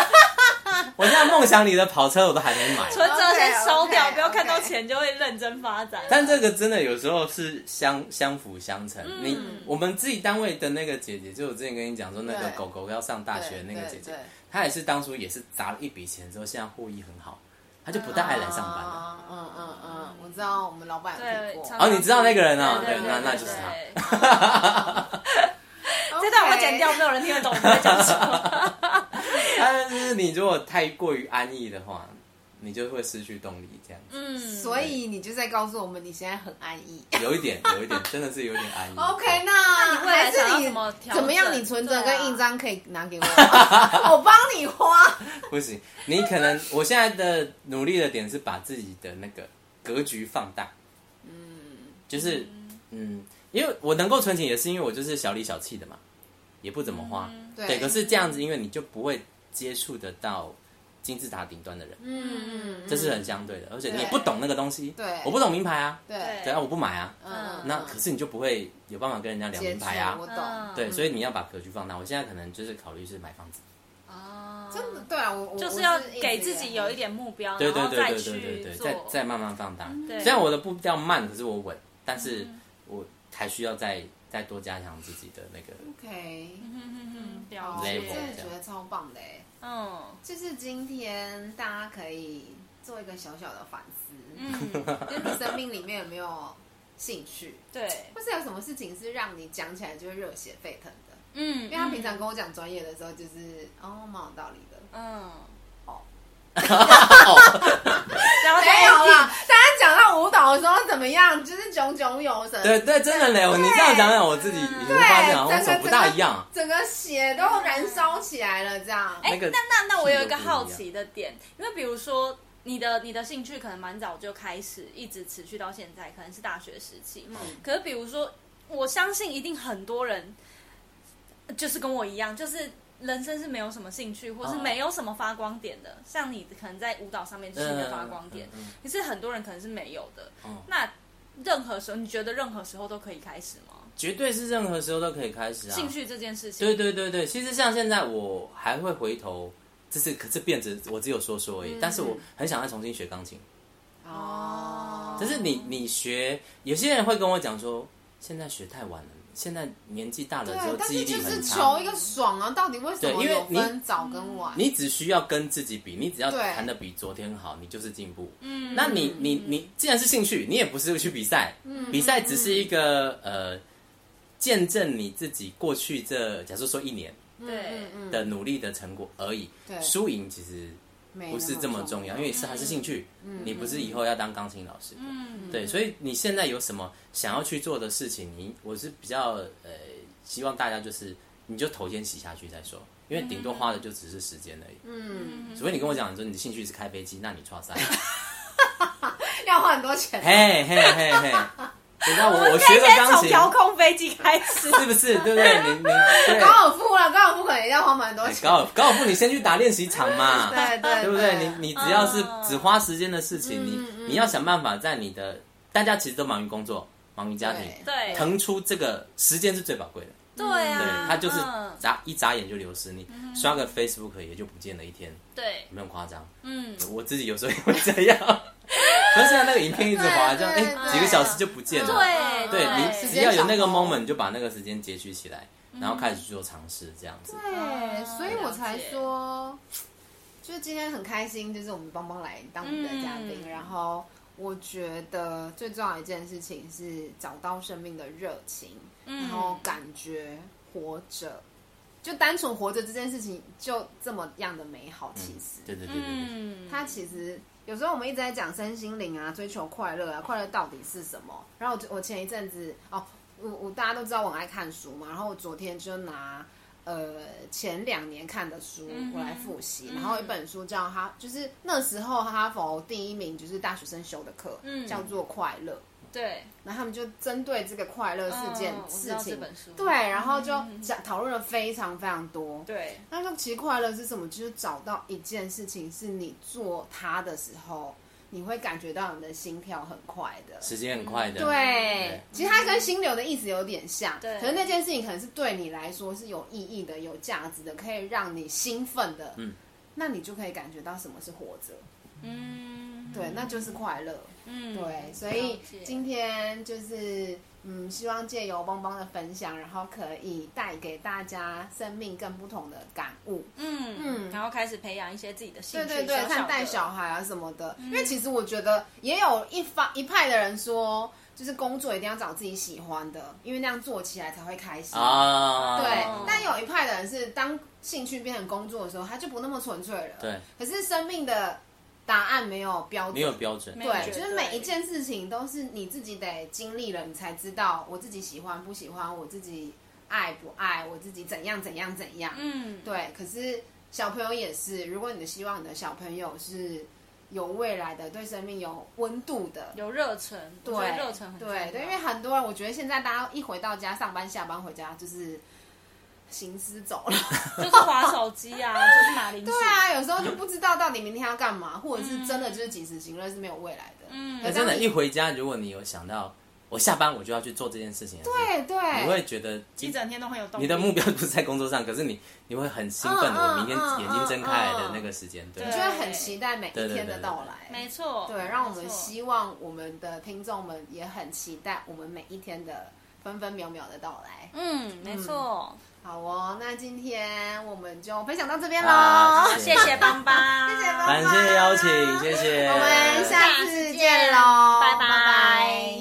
Speaker 3: 我现在梦想里的跑车我都还没买，
Speaker 2: 存折先烧掉
Speaker 1: OK，OK，OK
Speaker 2: 不要看到钱就会认真发展。
Speaker 3: 但这个真的有时候是相相辅相成。
Speaker 1: 嗯
Speaker 3: 你我们自己单位的那个姐姐，就我之前跟你讲说那个
Speaker 1: 对
Speaker 3: 狗狗要上大学的那个姐姐
Speaker 1: 对对对，
Speaker 3: 她也是当初也是砸了一笔钱之后，现在获益很好，她就不带爱来上班了。
Speaker 1: 啊嗯嗯嗯，我知道我们老板有
Speaker 2: 对
Speaker 1: 听，过。
Speaker 2: 常
Speaker 3: 哦你知道那个人啊
Speaker 2: 对
Speaker 1: 对那那就是
Speaker 3: 他
Speaker 2: 他。这
Speaker 1: 这
Speaker 2: 段我会剪掉，没有人听得懂我们在讲什么。
Speaker 3: 但是你如果太过于安逸的话，你就会失去动力，这样子
Speaker 2: 嗯，
Speaker 1: 所以你就在告诉我们，你现在很安逸。
Speaker 3: 有一点，有一点，真的是有点安逸。
Speaker 1: OK，那
Speaker 2: 你未来
Speaker 1: 还是
Speaker 2: 想要
Speaker 1: 你
Speaker 2: 怎么调整
Speaker 1: 怎么样？你存折
Speaker 2: 对啊
Speaker 1: 跟印章可以拿 给我，我帮你花。
Speaker 3: 不行，你可能我现在的努力的点是把自己的那个格局放大，嗯，就是嗯，因为我能够存钱，也是因为我就是小里小气的嘛，也不怎么花，
Speaker 1: 嗯
Speaker 3: 对。可是这样子，因为你就不会接触得到金字塔顶端的人，
Speaker 1: 嗯，嗯嗯
Speaker 3: 这是很相对的，而且你也
Speaker 1: 对
Speaker 3: 不懂那个东西，
Speaker 1: 对
Speaker 3: 我不懂名牌啊，
Speaker 1: 对，
Speaker 3: 对啊，我不买啊，
Speaker 1: 嗯，
Speaker 3: 那可是你就不会有办法跟人家聊
Speaker 1: 解
Speaker 3: 名牌啊
Speaker 1: 我，懂。
Speaker 2: 嗯
Speaker 3: 对，所以你要把格局放大。我现在可能就是考虑是买房子，
Speaker 2: 哦，
Speaker 1: 真的对啊，我我
Speaker 2: 就是要
Speaker 1: 我一直
Speaker 2: 给自己有一点目标，
Speaker 3: 对
Speaker 2: 然
Speaker 3: 对
Speaker 2: 后
Speaker 3: 对
Speaker 2: 再
Speaker 3: 对对对
Speaker 2: 去
Speaker 3: 对，
Speaker 2: 做嗯
Speaker 3: 再。再慢慢放大。
Speaker 2: 对嗯
Speaker 3: 虽然我的步调慢，可是我稳，但是我还需要再再多加强自己的那 个。
Speaker 1: OK。
Speaker 2: 嗯，
Speaker 1: 好
Speaker 2: 了
Speaker 1: 我
Speaker 2: 解
Speaker 1: 真
Speaker 3: level
Speaker 1: 的觉得超棒的哎，
Speaker 2: 嗯
Speaker 1: 就是今天大家可以做一个小小的反思，
Speaker 2: 嗯，
Speaker 1: 就是你生命里面有没有兴趣，
Speaker 2: 对，
Speaker 1: 或是有什么事情是让你讲起来就会热血沸腾的？
Speaker 2: 嗯，
Speaker 1: 因为他平常跟我讲专业的时候，就是哦，蛮有道理的。
Speaker 2: 嗯，
Speaker 1: 哦
Speaker 3: 哦
Speaker 2: 然后
Speaker 1: 没有
Speaker 2: 再
Speaker 1: 啦，啊大家讲到舞蹈的时候怎么样，就是炯炯有神，
Speaker 3: 对对，真的嘞！我你这样讲讲，我自己
Speaker 2: 嗯
Speaker 3: 已经发现好像手不大一样。
Speaker 1: 整个血都燃烧起来了，这样。
Speaker 2: 哎、
Speaker 3: 那个
Speaker 2: 那那那我有一个
Speaker 3: 性格不一
Speaker 2: 好
Speaker 3: 样
Speaker 2: 奇的点，因为比如说你的你的兴趣可能蛮早就开始，一直持续到现在，可能是大学时期。
Speaker 3: 嗯
Speaker 2: 可是比如说，我相信一定很多人呃就是跟我一样，就是。人生是没有什么兴趣，或是
Speaker 3: 哦
Speaker 2: 没有什么发光点的。像你可能在舞蹈上面就是一个发光点，
Speaker 3: 嗯嗯嗯
Speaker 2: 可是很多人可能是没有的。
Speaker 3: 哦
Speaker 2: 那任何时候，你觉得任何时候都可以开始吗？
Speaker 3: 绝对是任何时候都可以开始啊。
Speaker 2: 兴趣这件事情，
Speaker 3: 对对对对，其实像现在我还会回头，就是可是变成我只有说说而
Speaker 1: 嗯
Speaker 3: 已，但是我很想再重新学钢琴。
Speaker 1: 哦，
Speaker 3: 就是你你学，有些人会跟我讲说，现在学太晚了，现在年纪大了之
Speaker 1: 对
Speaker 3: 后，
Speaker 1: 但
Speaker 3: 记
Speaker 1: 是
Speaker 3: 忆力
Speaker 1: 就是
Speaker 3: 很
Speaker 1: 求
Speaker 3: 差。
Speaker 1: 一个爽啊！到底为什么
Speaker 3: 对因为
Speaker 1: 有分早跟晚？
Speaker 3: 你只需要跟自己比，你只要
Speaker 1: 对
Speaker 3: 弹的比昨天好，你就是进步。嗯，那你你你既然是兴趣，你也不是去比赛，
Speaker 1: 嗯
Speaker 3: 比赛只是一个呃见证你自己过去这，假设说一年
Speaker 2: 对，
Speaker 1: 嗯
Speaker 3: 的努力的成果而已。
Speaker 1: 对
Speaker 3: 输赢其实
Speaker 1: 没
Speaker 3: 不是这么重要，嗯因为是还是兴趣，你不是以后要当钢琴老师的，
Speaker 1: 嗯
Speaker 3: 对，所以你现在有什么想要去做的事情，你我是比较呃希望大家就是你就头先洗下去再说，因为顶多花的就只是时间而已，
Speaker 1: 嗯，
Speaker 3: 除非你跟我讲说你的兴趣是开飞机，那你刷 三，
Speaker 1: 要花很多钱。
Speaker 3: 嘿嘿嘿嘿，你知道我
Speaker 2: 可
Speaker 3: 我
Speaker 2: 以
Speaker 3: 学个
Speaker 2: 先
Speaker 3: 钢
Speaker 2: 从
Speaker 3: 琴
Speaker 2: 遥控飞机开始。
Speaker 3: 是不是对不对？你你 对
Speaker 1: 高尔夫了，高尔夫可能要花蛮多
Speaker 3: 哎
Speaker 1: 钱。
Speaker 3: 高尔高尔夫你先去打练习场嘛，
Speaker 1: 对对
Speaker 3: 对不对？你你只要是
Speaker 2: 嗯
Speaker 3: 只花时间的事情，你
Speaker 1: 嗯嗯
Speaker 3: 你要想办法在你的大家其实都忙于工作，忙于家庭，
Speaker 1: 对
Speaker 2: 对
Speaker 3: 腾出这个时间是最宝贵的。
Speaker 2: 对
Speaker 3: 对
Speaker 2: 啊，
Speaker 3: 他就是
Speaker 2: 嗯
Speaker 3: 眨一眨眼就流失，你
Speaker 1: 嗯
Speaker 3: 刷个 Facebook 也就不见了一天，
Speaker 2: 对，
Speaker 3: 有没有很夸张？
Speaker 2: 嗯，
Speaker 3: 我自己有时候也会这样， 可是那个影片一直滑，这样
Speaker 1: 对
Speaker 3: 哎、
Speaker 1: 对
Speaker 3: 几个小时就不见了。
Speaker 2: 对
Speaker 3: 对
Speaker 2: 对
Speaker 3: 你只要有那个
Speaker 1: 时间掌握嗯
Speaker 3: moment，你就把那个时间截取起来，然后开始去做尝试，这样子。
Speaker 1: 对，所以我才
Speaker 2: 哦了解
Speaker 1: 说，就是今天很开心，就是我们帮帮来当我们的嘉宾，
Speaker 2: 嗯
Speaker 1: 然后。我觉得最重要的一件事情是找到生命的热情，
Speaker 2: 嗯
Speaker 1: 然后感觉活着，就单纯活着这件事情就这么样的美好。其实，
Speaker 3: 对对对对对，
Speaker 2: 嗯，
Speaker 1: 它其实有时候我们一直在讲身心灵啊，追求快乐啊，快乐到底是什么？然后我就我前一阵子哦，我我大家都知道我很爱看书嘛，然后我昨天就拿呃前两年看的书
Speaker 2: 嗯哼
Speaker 1: 我来复习，
Speaker 2: 嗯
Speaker 1: 然后一本书叫哈，就是那时候哈佛第一名就是大学生修的课，
Speaker 2: 嗯
Speaker 1: 叫做快乐。
Speaker 2: 对，
Speaker 1: 然后他们就针对这个快乐事件
Speaker 2: 嗯我知
Speaker 1: 事
Speaker 2: 道这
Speaker 1: 情，
Speaker 2: 本书
Speaker 1: 对，然后就
Speaker 2: 嗯
Speaker 1: 讲讨论了非常非常多。
Speaker 2: 对，
Speaker 1: 那说其实快乐是什么？就是找到一件事情是你做它的时候，你会感觉到你的心跳很快的。
Speaker 3: 时间很快的。
Speaker 1: 对，其实它跟心流的意思有点像，
Speaker 2: 对
Speaker 1: 可是那件事情可能是对你来说是有意义的、有价值的，可以让你兴奋的，
Speaker 3: 嗯，
Speaker 1: 那你就可以感觉到什么是活着，
Speaker 2: 嗯，
Speaker 1: 对，那就是快乐。
Speaker 2: 嗯，
Speaker 1: 对，所以
Speaker 2: 了解
Speaker 1: 今天就是嗯，希望借由邦邦的分享，然后可以带给大家生命更不同的感悟。
Speaker 2: 嗯
Speaker 1: 嗯
Speaker 2: 嗯，然后开始培养一些自己的兴
Speaker 1: 对
Speaker 2: 趣，
Speaker 1: 对对，
Speaker 2: 小小
Speaker 1: 看
Speaker 2: 的嗯
Speaker 1: 带小孩啊什么的，因为其实我觉得也有一方一派的人说，就是工作一定要找自己喜欢的，因为那样做起来才会开心。
Speaker 3: 啊，
Speaker 1: 对
Speaker 2: 哦，
Speaker 1: 但有一派的人是当兴趣变成工作的时候，他就不那么纯粹了。
Speaker 3: 对，
Speaker 1: 可是生命的答案没有标准，
Speaker 3: 没有标准
Speaker 2: 没。有
Speaker 1: 对，
Speaker 2: 绝
Speaker 1: 就是每一件事情都是你自己得经历了，你才知道我自己喜欢不喜欢，我自己爱不爱，我自己怎样怎样怎样。
Speaker 2: 嗯，
Speaker 1: 对，可是小朋友也是，如果你的希望你的小朋友是有未来的，对生命有温度的。
Speaker 2: 有热忱，我觉得
Speaker 1: 对，
Speaker 2: 热忱很重要
Speaker 1: 对对，因为很多人，我觉得现在大家一回到家，上班下班回家就是行尸走肉，
Speaker 2: 就是划手机啊，就是马铃薯，
Speaker 1: 对啊，有时候就不知道到底明天要干嘛，或者是真的就是及时行乐是没有未来的，
Speaker 2: 嗯
Speaker 1: 可
Speaker 3: 那
Speaker 1: 是
Speaker 3: 哎真的，
Speaker 1: 当你
Speaker 3: 一回家，如果你有想到我下班我就要去做这件事情，对，
Speaker 1: 对对，
Speaker 3: 你会觉得
Speaker 4: 一整天都很有动力。
Speaker 3: 你的目标不是在工作上，可是你你会很兴奋，
Speaker 1: 嗯
Speaker 3: 我明天
Speaker 1: 嗯
Speaker 3: 眼睛睁开来的那个时间，对
Speaker 1: 就
Speaker 2: 对
Speaker 1: 会很期待每一天的到来。
Speaker 2: 没错，
Speaker 1: 对，让我们
Speaker 2: 没错
Speaker 1: 希望我们的听众们也很期待我们每一天的分分秒秒的到来。
Speaker 2: 嗯，没错，
Speaker 1: 好哦，那今天我们就分享到这边
Speaker 3: 啊
Speaker 1: 喽，
Speaker 3: 谢
Speaker 2: 谢谢邦邦，
Speaker 1: 谢谢邦邦
Speaker 3: 感谢邀请，谢谢，
Speaker 1: 我们下次见喽，
Speaker 2: 拜拜
Speaker 1: 拜拜